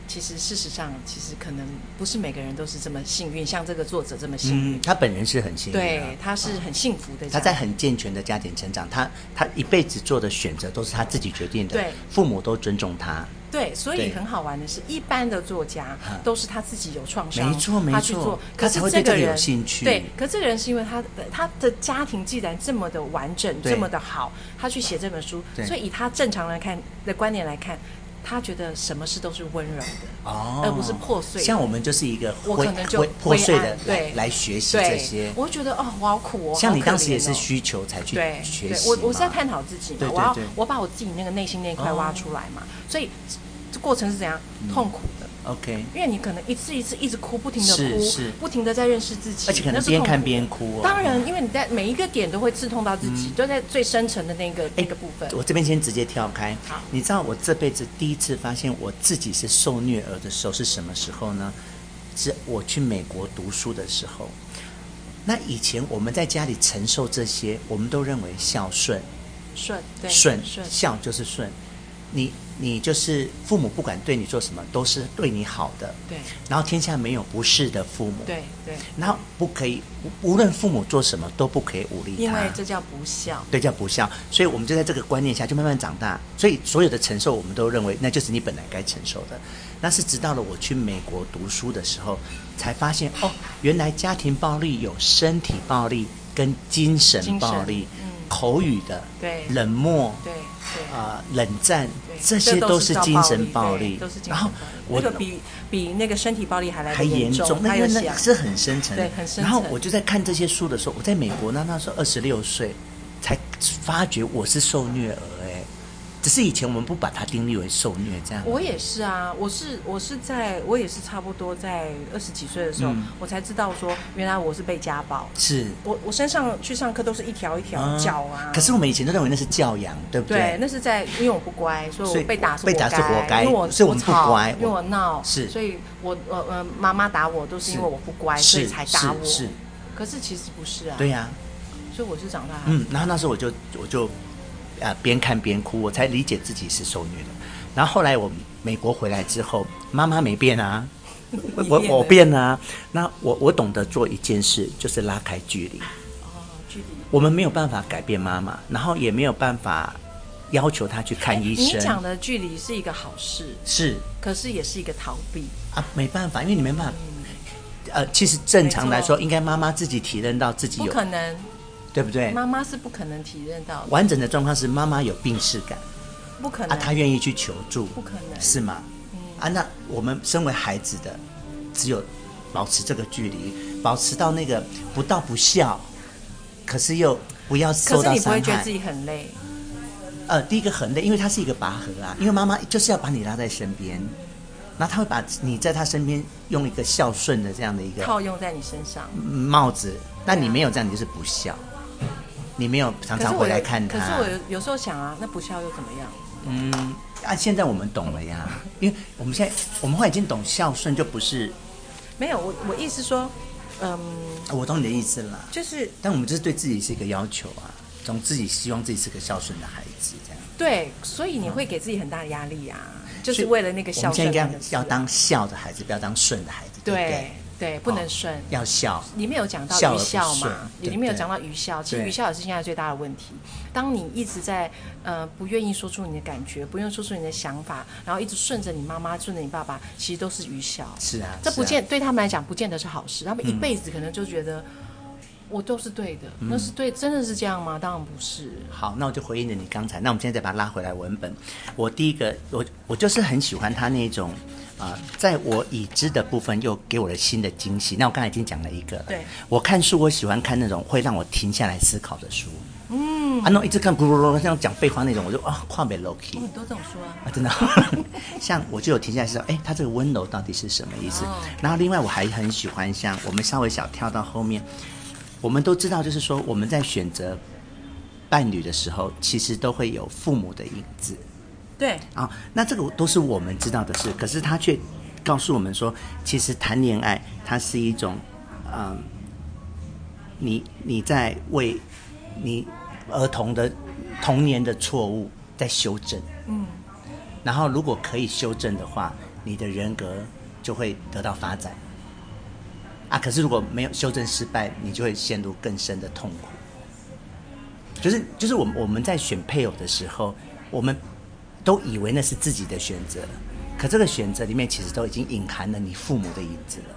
其实事实上，其实可能不是每个人都是这么幸运，像这个作者这么幸运。
嗯，他本人是很幸运的、
对，他是很幸福的这样。
他在很健全的家庭成长，他他一辈子做的选择都是他自己决定的，
对
父母都尊重他，
对，所以
对
很好玩的是，一般的作家
嗯
都是他自己有创伤，
没错没错
他去做，
他
可
才
是
会
这
对这
个
个有
人
兴趣
对，可这个人是因为他的他的家庭既然这么的完整，
对
这么的好，他去写这本书
对，
所以以他正常来看的观点来看，他觉得什么事都是温柔的，
哦
而不是破碎的
像我们就是一个
我
灰
可能就
灰破碎
灰
的
暗
来
对
来学习这
对
些，。
我就觉得哦，我好苦哦，
像你
好可
当时也
怜
是
哦
需求才去
对，
学
对
习
我我是在
嘛
探讨自己嘛，
对对
我要
对
我把我自己那个内心那一块
哦嗯
挖出来嘛，所以这过程是怎样痛苦的。
OK，
因为你可能一次一次一直哭，不停的
是
哭
是，
不停的在认识自己，
而且可
那
能
是
边
痛
看
苦
边哭哦。
当然，因为你在每一个点都会刺痛到自己，都在最深层的那个那个部分。
哎我这边先直接跳开
好。
你知道我这辈子第一次发现我自己是受虐儿的时候是什么时候呢？是我去美国读书的时候。那以前我们在家里承受这些，我们都认为孝顺，
顺对
顺
顺
孝就是顺。你你就是父母不管对你做什么，都是对你好的。
对
然后天下没有不是的父母。。
对对，
然后不可以，无无论父母做什么都不可以武力他。
因为这叫不孝。
对叫不孝，所以我们就在这个观念下就慢慢长大，所以所有的承受我们都认为那就是你本来该承受的。那是直到了我去美国读书的时候，才发现哦，原来家庭暴力有身体暴力跟精神暴力，
精神嗯
口语的，
对
冷漠，
对对。
啊、冷战
对，
些
都
是
叫
精神
暴
暴力，
对都是精神
然后
暴
我
力。那个比比那个身体暴力还来
还
得
严重，
重，
那
还
个
有
那
想
是很深沉的。
对很深
然后
层
我就在看这些书的时候，我在美国那那时候二十六岁，才发觉我是受虐儿哎、只是以前我们不把它定义为受虐这样。
我也是啊，我是我是在我也是差不多在二十几岁的时候，
嗯
我才知道说原来我是被家暴。
是
我我身上去上课都是一条一条脚啊。
可是我们以前都认为那是教养，对不
对，那是在因为我不乖，所以
所
我
以
被打是
被打是活该
因为我
所以我们不
吵
乖
因为我闹，
是
所以我呃呃妈妈打我都是因为我不乖，所以
是
才
是
打我。
是，
可是其实不是啊，
对呀、
所以我是长大，
嗯，然后那时候我就我就啊边看边哭，我才理解自己是受虐的。然后后来我美国回来之后，妈妈没变啊，我我我变了啊。那我我懂得做一件事，就是拉开距离。
哦，距离
我们没有办法改变妈妈，然后也没有办法要求她去看医
哎你讲
生。
的距离是一个好事，
是
可是也是一个逃避。
啊，没办法，因为你没办法。呃，其实正常来
没
说，
错
应该妈妈自己体认到自己
不
有，哎
可能，
对不对？
妈妈是不可能体认到的，
完整的状况是妈妈有病耻感
不可
啊，
能，
她愿意去求助。
不可能，嗯
是吗？啊，那我们身为孩子的，只有保持这个距离，保持到那个不到不孝，可是又不要
可
受
是
到
你不会
伤
觉得
害。
自己很累，
呃，第一个很累，因为它是一个拔河啊，因为妈妈就是要把你拉在身边，那她会把你在她身边用一个孝顺的这样的一个
套用在你身上。
帽子，但你没有这样，你就是不孝，你没有常
啊可是
常
我
回来
有，
看她。
可是我有有时候想啊，那不孝又怎么样？
嗯，啊，现在我们懂了 呀，因为我们现在我们后来已经懂孝顺，就不是
没有，我我意思说，嗯，
啊我懂你的意思啦。
就是
但我们就是对自己是一个要求啊，总自己希望自己是个孝顺的孩子这样。
对，所以你会给自己很大的压力啊，就是
所以
为了那个
我
孝
们现
顺
在
那
应
个
该
事
要当孝的孩子，不要当顺的孩子，对不
对
对？哦
对，不能顺。
要孝，
里面有讲到
孝而
愚
不
孝
顺
嘛，
对
里面有
对
讲到愚孝，其实
对
愚孝也是现在最大的问题。当你一直在呃不愿意说出你的感觉，不愿意说出你的想法，然后一直顺着你妈妈、顺着你爸爸，其实都是愚孝。
是啊，
这不
是啊嗯
见、对他们来讲，不见得是好事。他们一辈子可能就觉得、我都是对的，
嗯
那是对，真的是这样吗？当然不是。
好，那我就回应了你刚才。那我们现在再把它拉回来文本。我第一个，我我就是很喜欢他那种，啊、在我已知的部分又给我了新的惊喜。那我刚才已经讲了一个了。
对，
我看书，我喜欢看那种会让我停下来思考的书。嗯，啊，那种一直看咕噜噜噜像讲废话那种，我就啊，跨北 low key。
我很多这种说啊，
啊，真的， 像我就有停下来是说，哎，他这个温柔到底是什么意思？
哦
然后另外我还很喜欢像我们稍微小跳到后面，我们都知道，就是说我们在选择伴侣的时候，其实都会有父母的影子
对，
啊、那这个都是我们知道的事，可是他却告诉我们说，其实谈恋爱它是一种，嗯，你你在为你儿童的童年的错误在修正。然后如果可以修正的话，你的人格就会得到发展。啊，可是如果没有修正失败，你就会陷入更深的痛苦。就是就是我们我们在选配偶的时候，我们都以为那是自己的选择，可这个选择里面其实都已经隐含了你父母的影子了。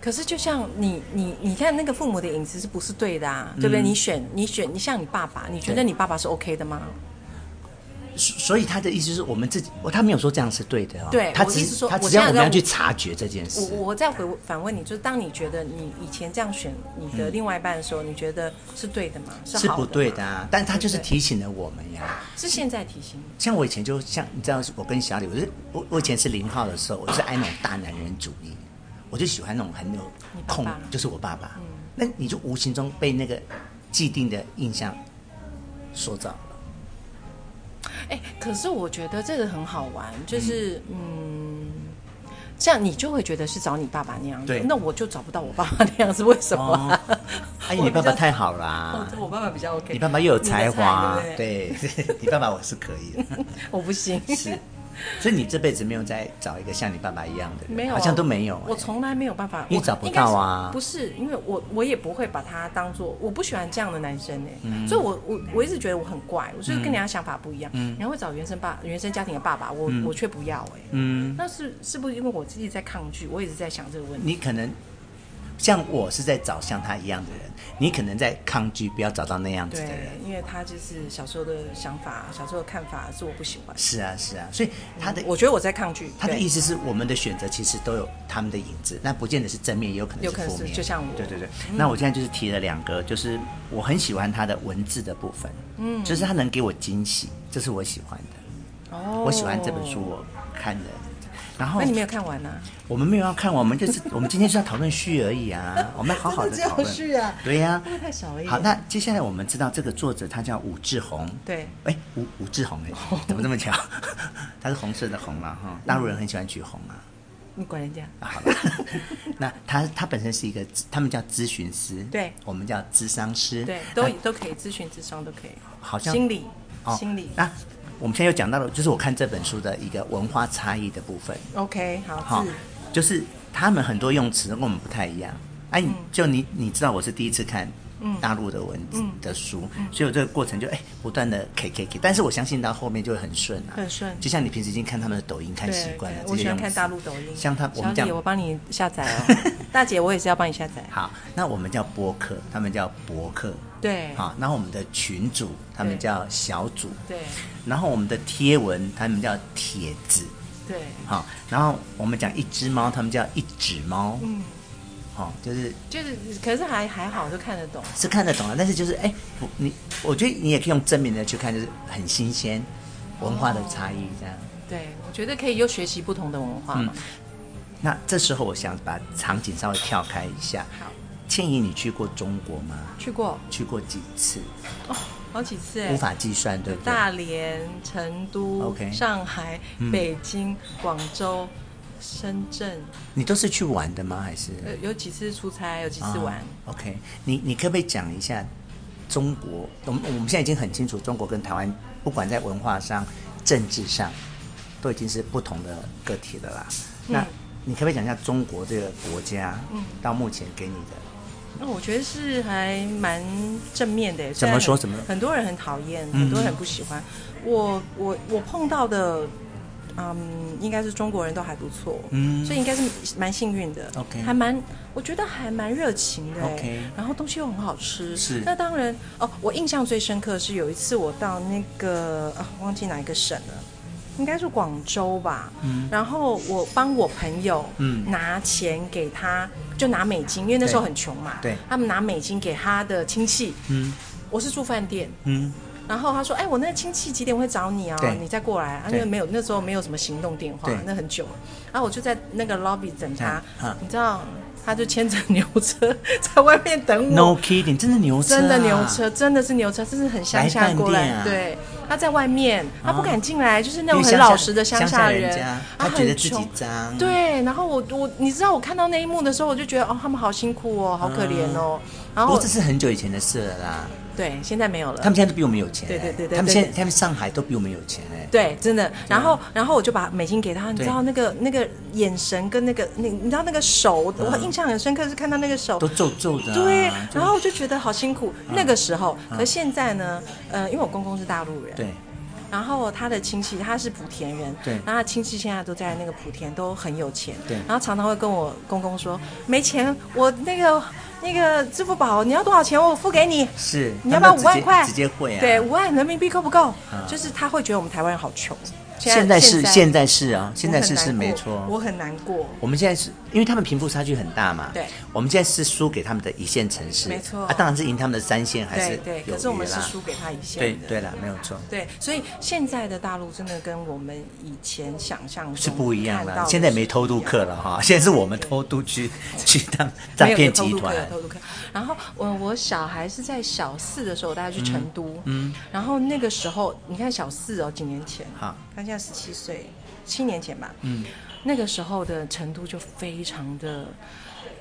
可是，就像你你你看那个父母的影子是不是对的啊？对不对？你选你选，你像你爸爸，你觉得
嗯对
你爸爸是 OK 的吗？
所所以他的意思是我们自己，哦我他没有说这样是对的哦。
对
他
我
只
意思说
他
我
只
现
要
在
我们
在
要去
我
察觉这件事。
我我再回反问你，就是当你觉得你以前这样选你的另外一半的时候，你觉得是对的吗？嗯是
是
好
不对的
吗
啊，但他就是
对不对
提醒了我们呀。
是现在提醒你，
像我以前就像你知道，我跟小李，我是我我以前是零号的时候，我就是爱那种大男人主义，我就喜欢那种很有
爸嗯
控，
爸
就是我爸爸。那你就无形中被那个既定的印象塑造了。
哦哎，可是我觉得这个很好玩，就是嗯。这样你就会觉得是找你爸爸那样子
对。
那我就找不到我爸爸那样子，为什么啊、
哎，
我
你
比
爸爸
较
太好
哦
啦，
我爸爸比较 OK，
你爸爸又有才华
你的，菜对
对， 你爸爸我是可以 的，
我不行，
是，所以你这辈子没有再找一个像你爸爸一样的人，
没有，啊
好像都没有、
我
哎
从来没有办法，
你
我
找不
应该是
到啊
不是，因为我我也不会把他当做，我不喜欢这样的男生哎、
嗯
所以我我我一直觉得我很怪，我就是跟人家想法不一样，人家会找原生爸原生家庭的爸爸，我、我却不要哎、
嗯，
那是是不是因为我自己在抗拒？我一直在想这个问题。
你可能像我是在找像他一样的人，你可能在抗拒不要找到那样子
对
的人，，
因为他就是小时候的想法、小时候的看法是我不喜欢。
是啊是啊，所以他的、
我觉得我在抗拒。
他的
嗯对
意思是，我们的选择其实都有他们的影子，那不见得是正面，也有可能
有
是
可能
负
是
面。
就像我嗯
对对对。那我现在就是提了两个，就是我很喜欢他的文字的部分，嗯，就是他能给我惊喜，这是我喜欢的。
哦
我喜欢这本书，。哦我看了。然后
那你没有看完呢、啊？
我们没有要看，我们就是 我们今天是要讨论序而已啊，我们要好好的
真的只有
讨论
序啊嗯
对呀、
会不会太少了一点
好，那接下来我们知道这个作者他叫武志红，
对
哎，武武志 红哎，怎么这么巧？ 他是红色的红嘛哈，大陆人很喜欢取红啊。
你管人家？
啊好了， 那他他本身是一个，他们叫咨询师，
对
我们叫咨商师，
对，都、
啊
都可以，咨询、智商都可以。
好像
心理，
哦
心理。
那我们现在又讲到了，就是我看这本书的一个文化差异的部分，
OK，
哈、
好，字
就是他们很多用词都跟我们不太一样。哎、
嗯
你就你你知道我是第一次看大陆的文字、的书，
嗯
所以我这个过程就哎不断的 K K K，但是我相信到后面就会很顺啊，
很顺
就像你平时已经看他们的抖音看
对
习惯了，
对
这
我
些
喜欢
用
看
词
大陆抖音。
像他我
小
们讲
姐，我帮你下载哦。 大姐，我也是要帮你下载。
好，那我们叫播客，他们叫博客。
对
好，那我们的群组，他们
对
叫小组。
对
然后我们的贴文，他们叫帖子。
对，
好，然后我们讲一只猫，他们叫一指猫。
嗯，
好，就是
就是可是还还好，都看得懂。
是看得懂的，但是就是哎，我你我觉得你也可以用正面的去看，就是很新鲜，文化的差异这样。
对，我觉得可以又学习不同的文化嘛。
嗯那这时候我想把场景稍微跳开一下。
好，
倩怡，你去过中国吗？
去过
去过几次？
哦，好几次哎
无。法计算，对不对？
大连、成都、
OK 嗯
上海、北京、广州、深圳，呃
你都是去玩的吗？还是？
有有几次出差，有几次玩。
啊 OK，你你可不可以讲一下中国？我们我们现在已经很清楚，中国跟台湾不管在文化上、政治上，都已经是不同的个体了啦。
嗯
那你可不可以讲一下中国这个国家，到目前给你的
那我觉得是还蛮正面的耶，
怎么说
虽然很
怎么嗯
很多人很讨厌，很多人很不喜欢。我我我碰到的，嗯，应该是中国人都还不错，
嗯
所以应该是蛮幸运的。
OK
还蛮，我觉得还蛮热情的耶。欸
OK
然后东西又很好吃。
是
那当然哦，我印象最深刻是有一次我到那个啊，忘记哪一个省了。应该是广州吧，然后我帮我朋友
嗯
拿钱给他，就拿美金，因为那时候
对
很穷嘛，
对
他们拿美金给他的亲戚，
嗯
我是住饭店，
嗯
然后他说，哎，我那个亲戚几点会找你啊
对？
你再过来啊，因
对
为没有那时候没有什么行动电话
对，
那很久了，然后我就在那个 lobby 等他
嗯嗯，
你知道，他就牵着牛车 在外面等我。
？No kidding，真的牛车、啊
真的牛，车，真的是牛车，真是很乡
来
下
饭
过来。
店啊
对，他在外面，他不敢进来，就是那种
因为
很
乡下
老实的乡
乡下人
人
家，
啊
他觉得自
很
己
穷
脏啊
对，然后我我，你知道我看到那一幕的时候，我就觉得哦，他们好辛苦哦，好可怜哦。
嗯
然
不过
后
这是很久以前的事了啦。
对，现在没有了。
他们现在都比我们有钱、欸
对对对对
他们现在
对
他们上海都比我们有钱哎、
对，真的。然后，然后我就把美金给他，你知道那个那个眼神跟那个那，你知道那个手，我印象很深刻，是看到那个
嗯
手
都嗯皱皱的、啊。
对，
就
然后我就觉得好辛苦。那个时候，可现在呢，呃，因为我公公是大陆人，
对，
然后他的亲戚他是莆田人，
对
然后他亲戚现在都在那个莆田都很有钱，
对
然后常常会跟我公公说没钱，我那个那个支付宝你要多少钱我付给你，
是
你要不
他们
要
都
五
直
万
接
块？
直接汇啊
对，五万人民币够不够？就是他会觉得我们台湾人好穷。
嗯现在是现
现
在是啊，现在是
我很
是没
难过
错。
我很难过。
我们现在是因为他们贫富差距很大嘛，
对，
我们现在是输给他们的一线城市，
没错
啊，当然是赢他们的三线还
对
是
对，
有
可是我们
余
是
啦
输给他一线
对
的
对啦，没有错，
对，所以现在的大陆真的跟我们以前想象中
是不一样
看
啦
到。的
现在没
是
偷渡
不一样
客了哈，现在是我们偷渡去去当诈
没有
骗
偷
集
渡客
团，
偷渡客。然后我我小孩是在小四的时候，我带他去成都，嗯，然后那个时候你看小四哦，几年前，
好，
他现在十七岁，七年前吧，嗯，那个时候的程度就非常的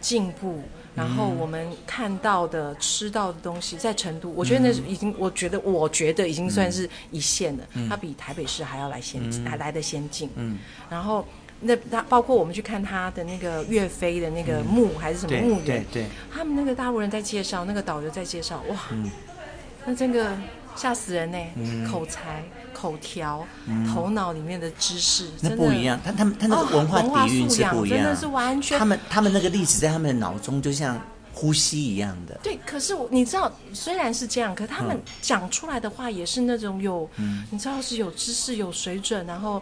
进步。然后
嗯
我们看到的、吃到的东西，在成都，我觉得那
嗯
已经，我觉得，我觉得已经算是一线了。它比台北市还要来先，还来的先进。
嗯
然后那那包括我们去看他的那个岳飞的那个墓还是什么
对
墓
嗯对
园，
对，
他们那个大陆人在介绍，那个导游在介绍，哇，那这个吓死人呢、
嗯
口才、口条、头脑里面的知识，
那
真的
不一。样，他他们他那
哦
个文化
文化
底蕴
素
是
养
不一
真
样，啊
的是完全
他们他们那个历史在他们的脑中就像呼吸一样的，
对，可是我你知道，虽然是这样，可他
嗯
们讲出来的话也是那种有，你知道是有知识、有水准，然后，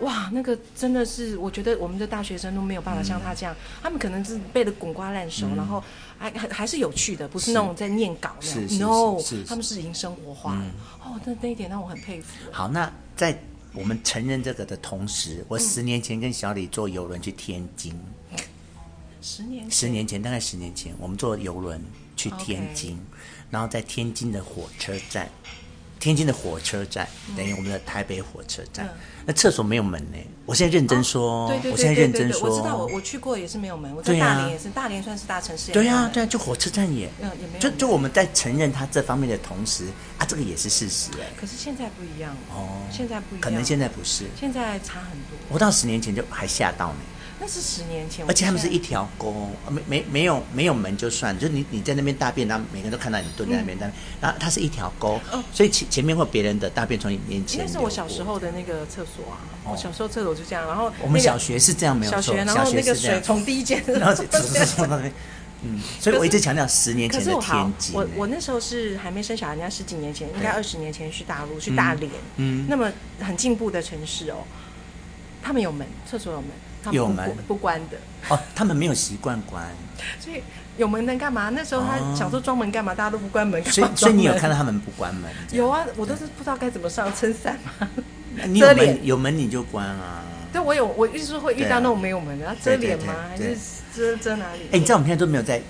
哇，那个真的是，我觉得我们的大学生都没有办法像他这样，
嗯
他们可能是背得滚瓜烂熟，然后还还还是有趣的，不是那种在念稿那
是是
样，no，
是嗯是
他们是已经生活化了。哦，那那一点让我很佩服。
好，那在我们承认这个的同时，我十年前跟小李坐游轮去天津，
十年前，
十年前大概十年前，我们坐游轮去天津然后在天津的火车站，天津的火车站、
嗯
等于我们的台北火车站，那厕所没有门呢。我现在认真说，
对对
我现在
对对
认
对
真
对，
说，
哦我知道，我我去过也是没有门，我在
对啊
大连也是，大连算是大城市，
对
呀、
啊，对啊，就火车站也，
嗯也没有
就
门
就我们在承认他这方面的同时，啊，这个也是事实哎。
可是现在不一样了
哦
现在不一样，
可能现在不是，
现在差很多。
我到十年前就还吓到呢。
那是十年前，
而且他们是一
我
条沟，没没没有没有门就算，就你你在那边大便，然后每个人都看到你蹲在那边，但、然后它是一条沟，
哦
所以前嗯前面会有别人的大便从你面前
现
流
在。应该是
过
我小时，候的那个厕所啊，我小时候厕所就这样，然后
我们
那个
小学是这样没有
哦小
错，
学，然后那
是
个
这样
水，从第一间，
然 后就从那边， 嗯，所以我一直强调十年
可
前
是
的
我好
天，津、
我我那时候是还没生小孩，人家十几年前，应该
对
二十年前去大陆，去大连，
嗯
那么很进步的城市哦，他们有门，厕所有门，他们
有
不
门
关不关的，
哦，他们没有习惯 关，
所以有门能干嘛？那时候他
哦
想说装门干嘛，大家都不关门，干
所
嘛
以所以你有
装门
看到他们不关门？这样
有，啊，我都是不知道该怎么上撑 伞嘛。
你有
遮脸
门有门你就关啊。
对，我有，我就是会遇
对
到
啊
那种没有门的，要遮
对对
脸
对
吗？还是
对
遮遮哪里？
哎、你知道我们现在都没有在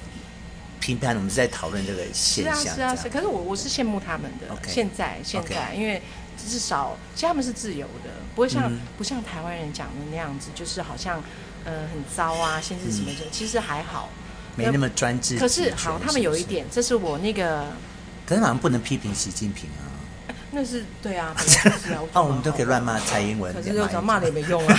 评判，我们是在讨论这个现
是啊
象。
是
这样
啊是，可是我我是羡慕他们的。
OK
现在现在，因为至少其实他们是自由的，不会像
嗯
不像台湾人讲的那样子，就是好像呃很糟啊，限制什
嗯
么的，其实还好。
没那么专制。
可是好，他们有一，点，这是我那个，
可是好像不能批评习近平啊。，
那是对 啊，本来就是啊
哦，我们都可以乱骂蔡英文，
可是又
英
只要
文
骂了也没用 啊。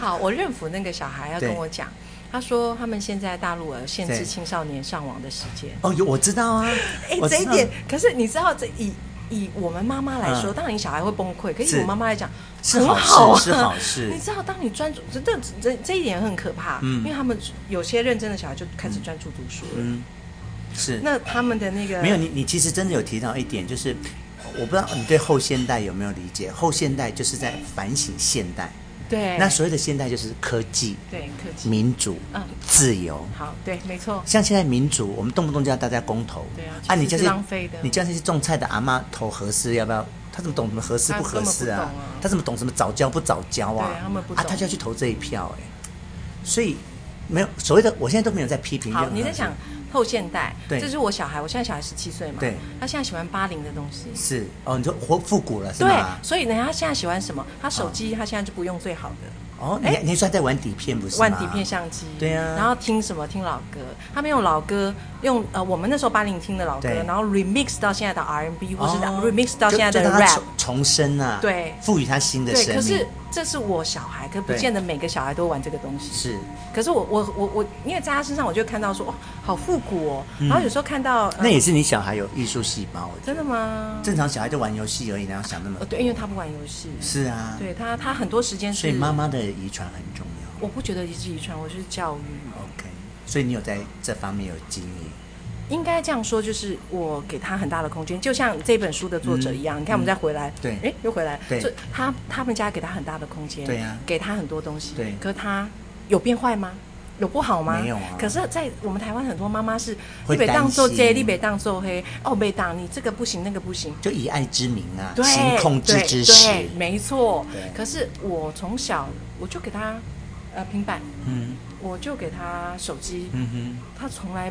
好，我认府那个小孩要跟
对
我讲，他说他们现在大陆呃限制
对
青少年上网的时间。
哦，有我知道啊，
哎、
我知
这
道
一点，可是你知道，这以以我们妈妈来说，
嗯
当然你小孩会崩溃，可以
是
我妈妈来讲，
是
很
好事
啊，
是好事
你知道，当你专注，真的这这一点很可怕，
嗯
因为他们有些认真的小孩就开始专注读书了，
嗯，是
那他们的那个
没有你，你其实真的有提到一点，就是我不知道你对后现代有没有理解？后现代就是在反省现代，
对，
那所谓的现代就是科技、
对科技，
民主
嗯、
自由。
好，对，没错，
像现在民主，我们动不动就要大家公投，
对啊
啊，你
其
叫
实
这
是浪费的
你叫那些种菜的阿妈投合适要不要？他怎么懂什么合适
他
不合适
根本
啊
不懂啊？
他怎么懂什么早教不早教啊？
对他们不
啊，
懂
他就要去投这一票哎、所以没有所谓的，我现在都没有在批评任
好
何，人。
你在讲后现代，
啊对
这是我小孩，我现在小孩十七岁嘛，
对，
他现在喜欢八零的东西。
是哦？你说活复古了是
对
吗，？
所以呢，他现在喜欢什么？他手机他现在就不用最好的
哦，你
哎
你说他在玩底片不是吗？
万底片相机，
对啊
然后听什么？听老歌，他们用老歌，用呃我们那时候八零听的老歌
对，
然后 remix 到现在的 R&B 或
哦
是 remix 到
就
现在的
就让他
rap
重。重生啊，
对
赋予他新的
对，
生
可
命
是。这是我小孩，可不
对
见得每个小孩都玩这个东西。
是，
可是我我我我，因为在他身上，我就看到说，哦，好复古哦。然后有时候看到，呃
嗯那也是你小孩有艺术细胞，我觉得
真的吗？
正常小孩就玩游戏而已，哪有想那么
呃，
多？
对，因为他不玩游戏，
是啊，
对他他很多时间是。
所以妈妈的遗传很重要。
我不觉得一是遗传，我是教育。
OK，所以你有在这方面有经验，
应该这样说，就是我给他很大的空间，就像这本书的作者一样。你看，我们再回来，
嗯对
哎，又回来，
对
就他他们家给他很大的空间，
对啊
给他很多东西，
对
可他有变坏吗？有不好吗？
没有啊
可是，在我们台湾很多妈妈是，
会
你被当做
担
这，
心
你被当做黑，哦，被当你这个不行，那个不行。
就以爱之名啊，
对，
行控制
对
之实
对，。没错
对。
可是我从小我就给他呃平板，
嗯
我就给他手机，
嗯哼，
他从来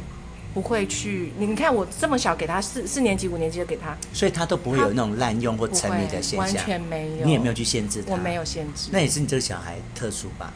不会去，你你看我这么小给他四四年级、五年级就给他，
所以他都不会有那种滥用或
不
沉
会
迷的现象，
完全没有，
你也没有，去限制他，
我没有，限制。
那也是你这个小孩特殊吧？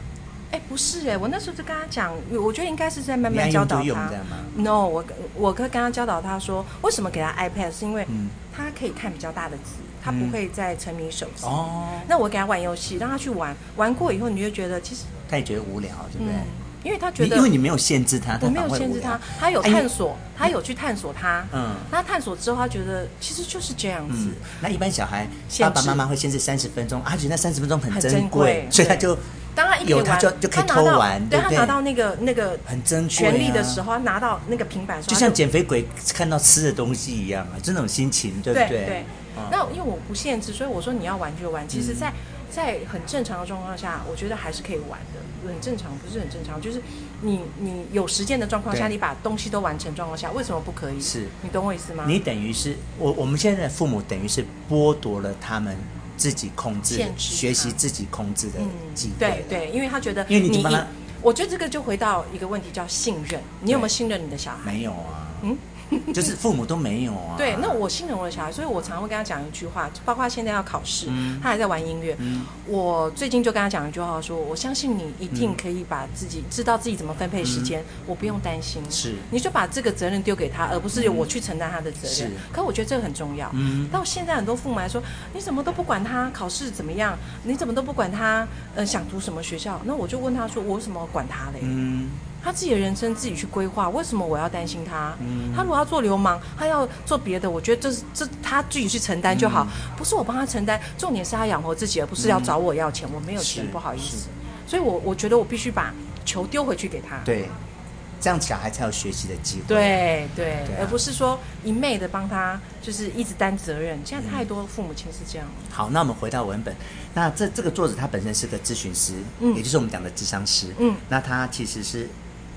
哎，不是哎，我那时候就跟他讲，我觉得应该是在慢
你爱
慢
用就
教导
用
他
这。样吗？
No，我跟我跟跟他教导他说，为什么给他 iPad，是因为
嗯，
他可以看比较大的字，他
嗯
不会再沉迷手机。
哦，
那我给他玩游戏，让他去玩，玩过以后你就觉得其实，
他也觉得无聊，对不
嗯
对？，
因为他觉
你
得
因为你没有限制他，他
我没
反而
有
会
限
无
制
聊
他，，他有
哎你
探索，他有去探索他，
嗯
他探索之后他觉得其实就是这样子
嗯。，那一般小孩
限
爸
制
爸妈妈会限制三十分钟，啊，觉得那三十分钟很
很
珍
珍
贵
贵，
所以他
对
就
当他一
有
边
他
玩，
就就可以
拿到
偷玩
对
对不
他
对
拿到那个那个
很珍贵啊
权利的时候，他拿到那个平板的时
就
候，
像
他
减肥鬼看到吃的东西一样啊，就那种心情，对不
对
对？
对
嗯
那因为我不限制，所以我说你要玩就玩。其实在，在很正常的状况下，我觉得还是可以玩的，很正常，不是很正常，就是你你有时间的状况下，
对
你把东西都完成状况下，为什么不可以？
是
你懂我意思吗？
你等于是我我们现在的父母等于是剥夺了他们自己控制的
限制他
学习自己控制的
嗯
机，会了
对。对，因为他觉得
因为你已经帮他
我觉得这个就回到一个问题，叫信任。你有没有
对
信任你的小孩？
没有啊，就是父母都没有啊。
嗯 对，那我信任我的小孩，所以我常会跟他讲一句话，包括现在要考试，
嗯
他还在玩音乐。
嗯
我最近就跟他讲一句话说我相信你一
嗯
定可以把自己、知道自己怎么分配时间，我不用担心。
是嗯
你就把这个责任丢给他，而不是由我去承担他的责任。
是
可我觉得这个很重要。
嗯
到现在很多父母来说，你怎么都不管他考试怎么样，你怎么都不管他，呃，想读什么学校？那我就问他说，我为什么管他嘞？
嗯，
他自己的人生自己去规划，为什么我要担心他？
嗯
他如果要做流氓，他要做别的，我觉得这是这他自己去承担就好，不是我帮他承担。重点是他养活自己，而不是要找我要钱，我没有钱
是，
不好意
是
思。所以我我觉得我必须把球丢回去给他。
对，这样小孩才有学习的机会。，
对对
对啊
而不是说一昧的帮他，就是一直担责任。现在太多父母亲是这样。
好，那我们回到文本。那这这个作者他本身是个咨询师，
嗯
也就是我们讲的智商师。
嗯，
那他其实是，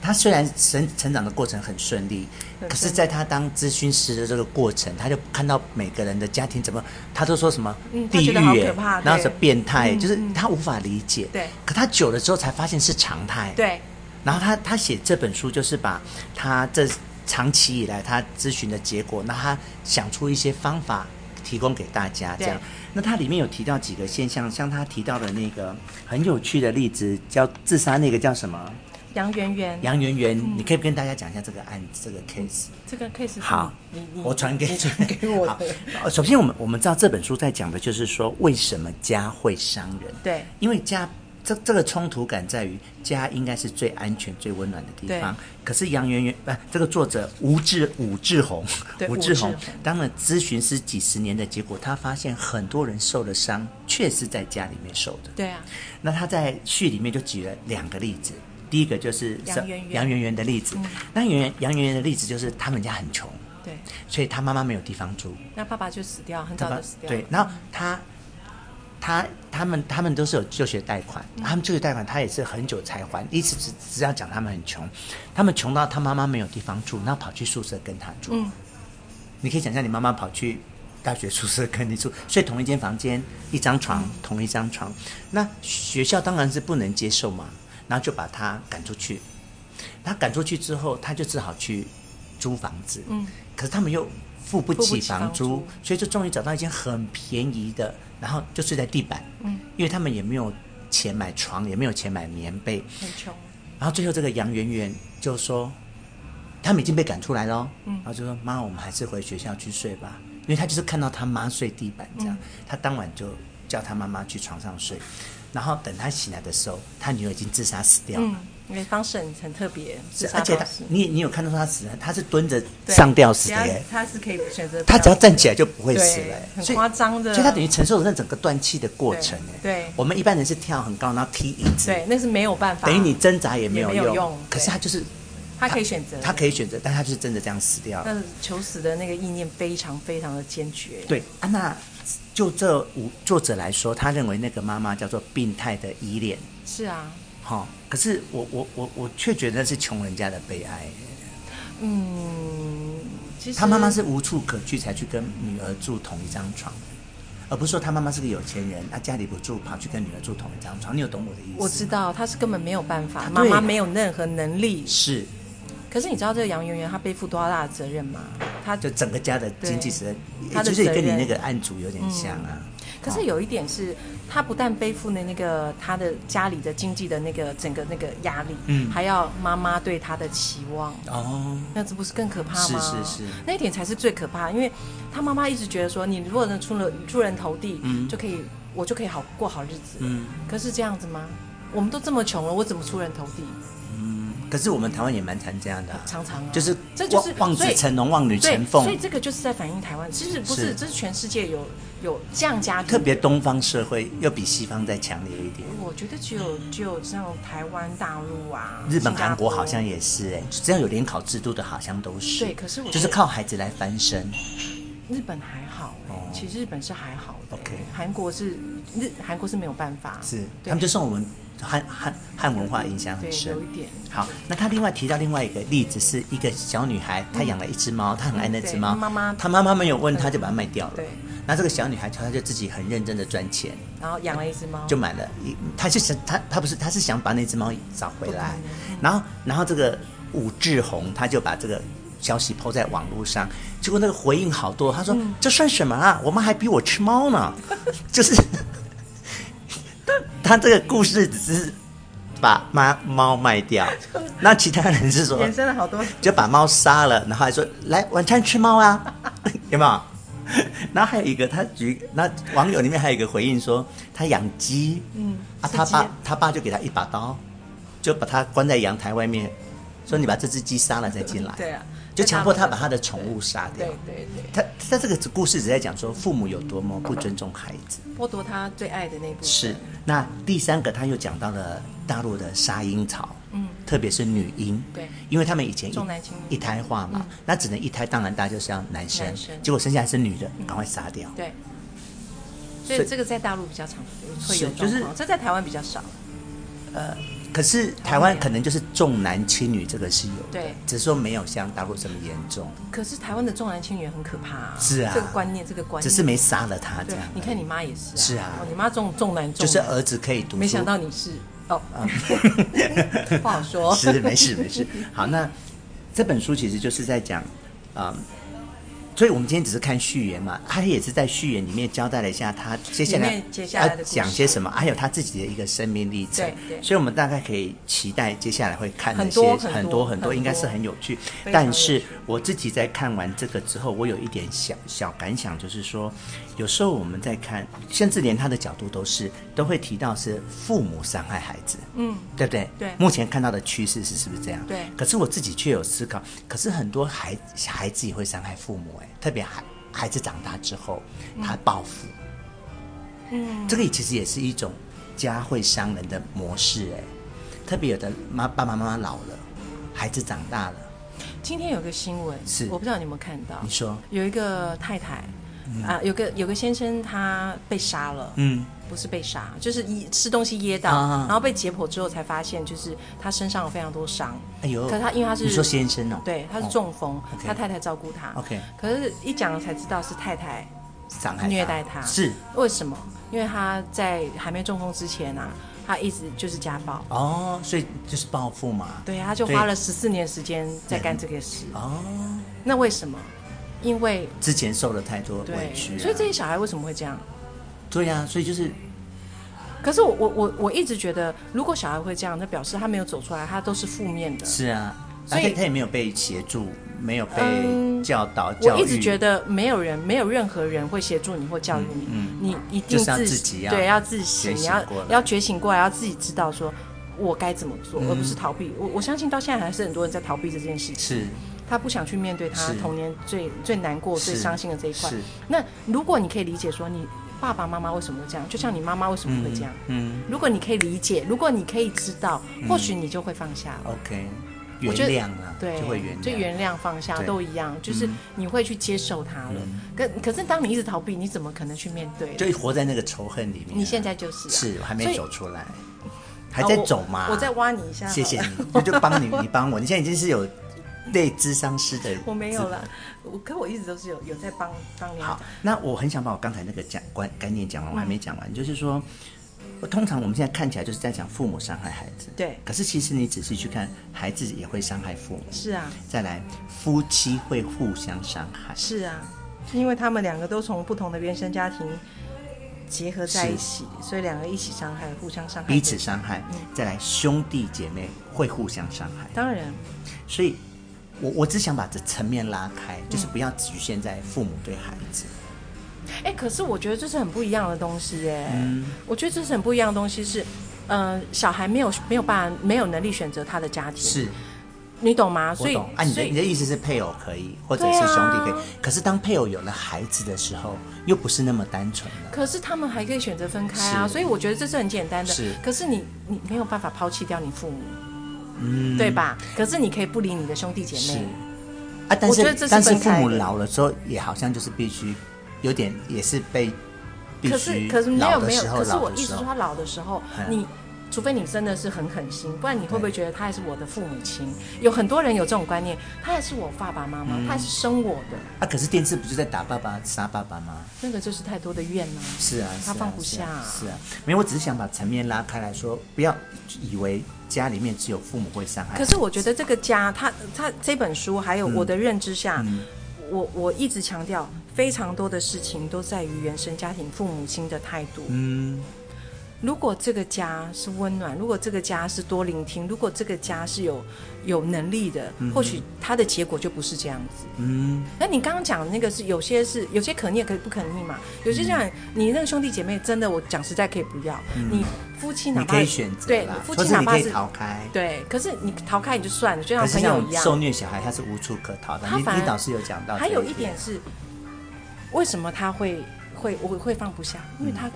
他虽然成成长的过程很顺利，
很
可是
顺利
在他当咨询师的这个过程，他就看到每个人的家庭怎么，他都说什么、
嗯他
地
觉得
狱
好
耶
可怕
然后
对
是变态耶，
嗯
就是
嗯
他无法理解。
对
可他久了之后才发现是常态。。
对，
然后他他写这本书，就是把他这长期以来他咨询的结果，那他想出一些方法提供给大家，这
对
样。那它里面有提到几个现象，像他提到的那个很有趣的例子，叫自杀那个叫什么？
杨圆圆
杨媛媛，你可以跟大家讲一下这个案这个 case。
这个 case 是
好
你你，你
我传给
你传给我
好
的。
呃首先，我们我们知道这本书在讲的就是说，为什么家会伤人？
对，
因为家这这个冲突感在于家应该是最安全、最温暖的地方
对。
可是杨媛媛不、这个作者吴志武志红，
对
志
吴
红
志宏
当了咨询师几十年的结果，他发现很多人受的伤，确实在家里面受的。
对啊，
那他在序里面就举了两个例子，第一个就是
杨媛嗯媛
杨媛媛的例子。那杨媛杨媛媛的例子就是他们家很穷，
对，
所以他妈妈没有地方住，
那爸爸就死掉，很
他
早
爸
就死掉。
对，，然后他他他们他们都是有就学贷款，
嗯
他们就学贷款他也是很久才还，一直只只要讲他们很穷，他们穷到他妈妈没有地方住，那跑去宿舍跟他住。
嗯
你可以想象你妈妈跑去大学宿舍跟你住，睡同一间房间，一张床，同一张床。那学校当然是不能接受嘛，然后就把他赶出去。他赶出去之后，他就只好去租房子。
嗯，
可是他们又付不
付
起
不起
房
房
租
租，
所以就终于找到一间很便宜的，然后就睡在地板。
嗯，
因为他们也没有钱买床，也没有钱买棉被，
很穷。
然后最后这个杨媛媛就说，他们已经被赶出来了哦、
嗯
然后就说妈，我们还是回学校去睡吧，因为他就是看到他妈睡地板这样，
嗯
他当晚就叫他妈妈去床上睡，然后等他醒来的时候，他女儿已经自杀死掉了。
嗯，因为方式很很特别，自
是，
杀
而且他
方式，
你你有看到他死了，他是蹲着
对
上吊死的
只要
耶，
他是可以选择不
他
要，
只要站起来就不会
对
死了耶，
很
所以
夸张的
所以他等于承受了那整个断气的过程耶
对对
我们一般人是跳很高，然后踢椅子，
对，那是没有办法，
等于你挣扎也没
也
有
没有
用，
用
可是
对
他就是
他可以选择，
他可以选择，但他就是真的这样死掉了。
但是求死的那个意念非常非常的坚决，
对，啊，那就这五作者来说，他认为那个妈妈叫做病态的依恋，
是啊，
哈、可是我我我我却觉得是穷人家的悲哀。
嗯，其实
他妈妈是无处可去才去跟女儿住同一张床，而不是说他妈妈是个有钱人，啊他家里不住，跑去跟女儿住同一张床。你有懂我的意思？
我知道他是根本没有办法，
对
妈妈没有任何能力
是
可是你知道这个杨媛媛她背负多大的责任吗？她
就整个家的经济责任，
他的
就是也
责
跟你
任
那个案主有点像啊。
可是有一点是，她不但背负了那个她的家里的经济的那个整个那个压力，
嗯
还要妈妈对她的期望，
哦，
那这不是更可怕
是
吗？
是是，
那一点才是最可怕，因为她妈妈一直觉得说，你如果能出了出人头地，
嗯
就可以，我就可以好过好日子。
嗯
可是这样子吗？我们都这么穷了，我怎么出人头地？
嗯。可是我们台湾也蛮常这样的啊、
常常、啊、
就是
这就是
望望
所
子
以
成龙，望女
对
成，
所以
凤，
这个就是在反映台湾，其实不是，
是
这是全世界有有这样家庭，
特别东方社会又比西方再强烈一点。
我觉得只有只有像台湾、大陆啊，
日本、
新加
韩国好像也是哎、只要有联考制度的，好像都是。
对可是我觉得
就是靠孩子来翻身。
日本还好、欸
哦
其实日本是还好的、欸
OK
韩国是日韩国是没有办法，
是，
对
他们就受我们汉汉汉文化影响很
对
深
有。一点
好，那他另外提到另外一个例子，是一个小女孩，她养了一只猫，她很爱那只猫。
对妈妈
她妈妈没有问，她就把它卖掉了。
对。
那这个小女孩，她就自己很认真的赚钱，
然后养了一只猫，
就买了一，她就想，她她不是，她是想把那只猫找回来
不可。
然后，然后这个武志红，他就把这个消息抛在网络上，结果那个回应好多，他说：“这算什么啊？我妈还逼我吃猫呢！” 就是他这个故事只是把妈猫卖掉，那其他人是说
衍生了好多，
就把猫杀了，然后还说来晚餐吃猫啊， 有没有？ 然后还有一个，他举那网友里面还有一个回应说，他养鸡，嗯，啊，
吃
他
鸡
爸他爸就给他一把刀，就把他关在阳台外面，说你把这只鸡杀了再进来，
对啊，
就强迫他把他的宠物杀掉
对。对对，
他他这个故事只在讲说父母有多么不尊重孩子。
剥夺他最爱的那部分
是，那第三个他又讲到了大陆的杀婴潮，
嗯，
特别是女婴，
对
因为他们以前一
重男轻女嗯
一胎化嘛，那只能一胎，当然大家就是要男生，
男生
结果生下来是女
嗯
的，赶快杀掉。
对。所以
所以
这个在大陆比较常会
是
有
就是
状况这在台湾比较少。
可是台湾可能就是重男轻女这个是有的，
对
只是说没有像大陆这么严重，
可是台湾的重男轻女也很可怕、啊，
是啊
这个观念，这个观
只
念，
是没杀了他这
对
样。，
你看你妈也是、啊，
是啊
哦、你妈重重男
就
重
是
女
儿子可以读书，
没想到你是哦，不好说，
是，没事没事。好，那这本书其实就是在讲，啊、所以我们今天只是看序言嘛，他也是在序言里面交代了一下他接下
里
来
面接下来的
要
故事
讲些什么，还有他自己的一个生命历程。
对对
所以我们大概可以期待接下来会看那
很
些
多很
很
多
很
很多
应该是很有趣。
非常
但
有
是
趣
我自己在看完这个之后，我有一点小小感想，就是说，有时候我们在看，甚至连他的角度都是都会提到是父母伤害孩子，嗯，对不对？
对
目前看到的趋势是是不是这样？
对
可是我自己却有思考，可是很多孩孩子也会伤害父母、哎，特别孩孩子长大之后，他报复，嗯，这个其实也是一种家会伤人的模式、哎，特别有的妈爸爸妈妈老了，孩子长大了，
今天有个新闻，
是
我不知道你有没有看到
你，说，
有一个太太啊，有个有个先生他被杀了，
嗯，
不是被杀，就是噎吃东西噎到，
啊
然后被解剖之后才发现，就是他身上有非常多伤，
哎呦，
可是他因为他是
你说先生哦，
对，他是
哦
中风，
OK
他太太照顾他
OK
可是一讲了才知道是太太
伤害
虐待他
是
为什么？因为他在还没中风之前啊，他一直就是家暴，
哦，所以就是报复嘛，
对，他就
对
花了十四年时间在干这个事。
哦，
那为什么？因为
之前受了太多委
对，
屈啊、
所以这些小孩为什么会这样？
对呀、所以就是
可是我我我我一直觉得，如果小孩会这样，那表示他没有走出来，他都是负面的。
是啊，
所
而
以
且他也没有被协助，没有被
嗯
教导、
我
教育。
一直觉得没有人，没有任何人会协助你或教育你，你一
嗯就
定
是要
自
自己要
对要自
觉
省，你
醒
要
过来
要觉醒过来，要自己知道说我该怎么做，
嗯
而不是逃避。我我相信到现在还是很多人在逃避这件事情。
是
他不想去面对他
是
童年最最难过、
是
最伤心的这一块
是。
那如果你可以理解说，你爸爸妈妈为什么会这样，就像你妈妈为什么会这样，
嗯
如果你可以理解，如果你可以知道，或许你就会放下了。
嗯，OK，
我
原
觉得
谅啊，
对，
就会原谅，
就原谅放下
对嗯
都一样，就是你会去接受他了。可可是当你一直逃避，你怎么可能去面对？
就活在那个仇恨里面啊、
你现在就是啊
是我还
所
没
以哦
走出来，还在走嘛？
啊我我再挖你一下好了，
谢谢你，我就帮你，你帮我，你现在已经是有类智商师的，
我没有。了，我可我一直都是有有在帮帮你。啊嗯
好，那我很想把我刚才那个讲观概念讲完，我还没讲完，就是说，通常我们现在看起来就是在讲父母伤害孩子，
对
可是其实你仔细去看，孩子也会伤害父母。
是啊，
再来，夫妻会互相伤害。
是啊，因为他们两个都从不同的原生家庭结合在一起，所以两个一起伤害，互相伤害
彼此
对
伤害，再来兄弟姐妹会互相伤害，
当然，
所以我我只想把这层面拉开，
嗯
就是不要局限在父母对孩子。
哎、可是我觉得这是很不一样的东西耶。
嗯
我觉得这是很不一样的东西是，呃，小孩没有没有办法没有能力选择他的家庭，
是
你懂吗？
我
所以
懂啊，你的
所
你
以
的意思是配偶可以，或者
对
是
啊
兄弟可以，可是当配偶有了孩子的时候，又不是那么单纯了。
可是他们还可以选择分开啊，
是
所以我觉得这是很简单的。
是
可是你你没有办法抛弃掉你父母，对吧？可是你可以不理你的兄弟
嗯
姐
是
妹，
啊，但
我觉得这
是
是
但是
分
父
开
母
的
老了之后，也好像就是必须有点也是被必
可是
须
可是没
老
有
的
没有，
时候哎
可是
老
我
的
一
时
直说
候
他老的时候，
嗯
你除非你真的是很狠心，不然你会不会
对
觉得他还是我的父母亲？有很多人有这种观念，他还是我爸爸妈妈，
嗯
他还是生我的，
啊，可是电视不就在打爸爸杀爸爸吗？
那个就是太多的怨了、
是啊，
他
是啊
放不
是啊
下
是啊，没有，我只是想把层面拉开来说，不要以为家里面只有父母会伤害。
可是我觉得这个家，他他这本书还有我的认知下，
嗯
我我一直强调，非常多的事情都在于原生家庭父母亲的态度。
嗯，
如果这个家是温暖，如果这个家是多聆听，如果这个家是有有能力的，或许它的结果就不是这样子。
嗯，
那你刚刚讲的那个是有些是有些可逆，可不可逆嘛？有些这
嗯
样，你那个兄弟姐妹真的，我讲实在可以不要。你夫妻哪
你
怕
可以选择
对
啦，
夫
或
妻
是
哪
你可
怕
以
是
逃开。
对，可是你逃开你就算了，就像
可是
朋
像
友一样。啊
受虐小孩，他是无处可逃的。
他
你
反而
你导师有讲到这，啊
还有一点是，为什么他会会我会放不下？
嗯
因为他、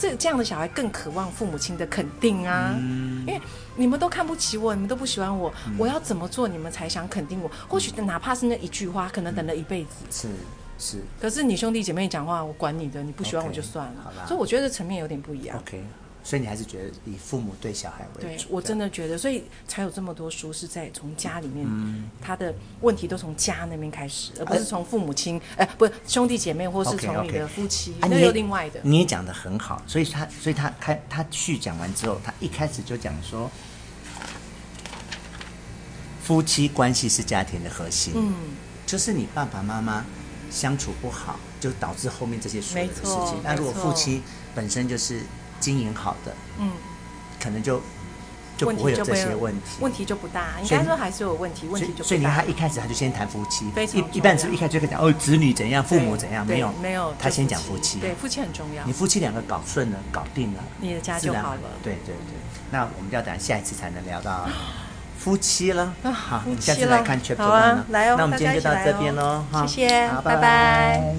这这样的小孩更渴望父母亲的肯定啊。
嗯
因为你们都看不起我，你们都不喜欢我，我要怎么做你们才想肯定我？
嗯
或许哪怕是那一句话，可能等了一辈子。
是是
可是你兄弟姐妹讲话，我管你的，你不喜欢
OK，
我就算了。
好吧
所以我觉得层面有点不一样。
OK，所以你还是觉得以父母对小孩为
对
主。
我真
的
的觉得，所以才有这么多书是在从家里面，
嗯
他的问题都从家那边开始，而不是从父母亲，呃，不是兄弟姐妹，或是
OK，
从你
OK
的夫妻，
啊
那
你也
又另外的。
你也讲得很好，所以他所以他开他去讲完之后，他一开始就讲说，夫妻关系是家庭的核心。嗯，就是你爸爸妈妈相处不好，就导致后面这些所有的
没
事
错
情。那如果
没错
夫妻本身就是经营好的，
嗯，
可能就就
问
不
题
会有
就
这
不
些
会
问题。
问题就不大，应
所以
该说还是有问题，问
所以
题就
所以你
不
看
大
他。一开始他就先谈夫妻，
非常重要
一一般是不是一开始就跟讲哦子女怎样，父母怎样，
对
没有
没有，
他
就
先讲夫妻，啊
对，夫妻很重要
你。夫妻两个搞顺了，搞定了，
你的家
自然
就好了
对对对，那我们要等下一次才能聊 到夫妻了。好，我们下次
啊夫妻了
来看 Chapter
好啊
One 了
来哦
那我们今天就到
大家一起
这
来哦
边喽，哈
谢谢
好，
拜拜
拜。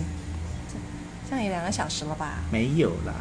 这样也两个小时了吧？
没有啦。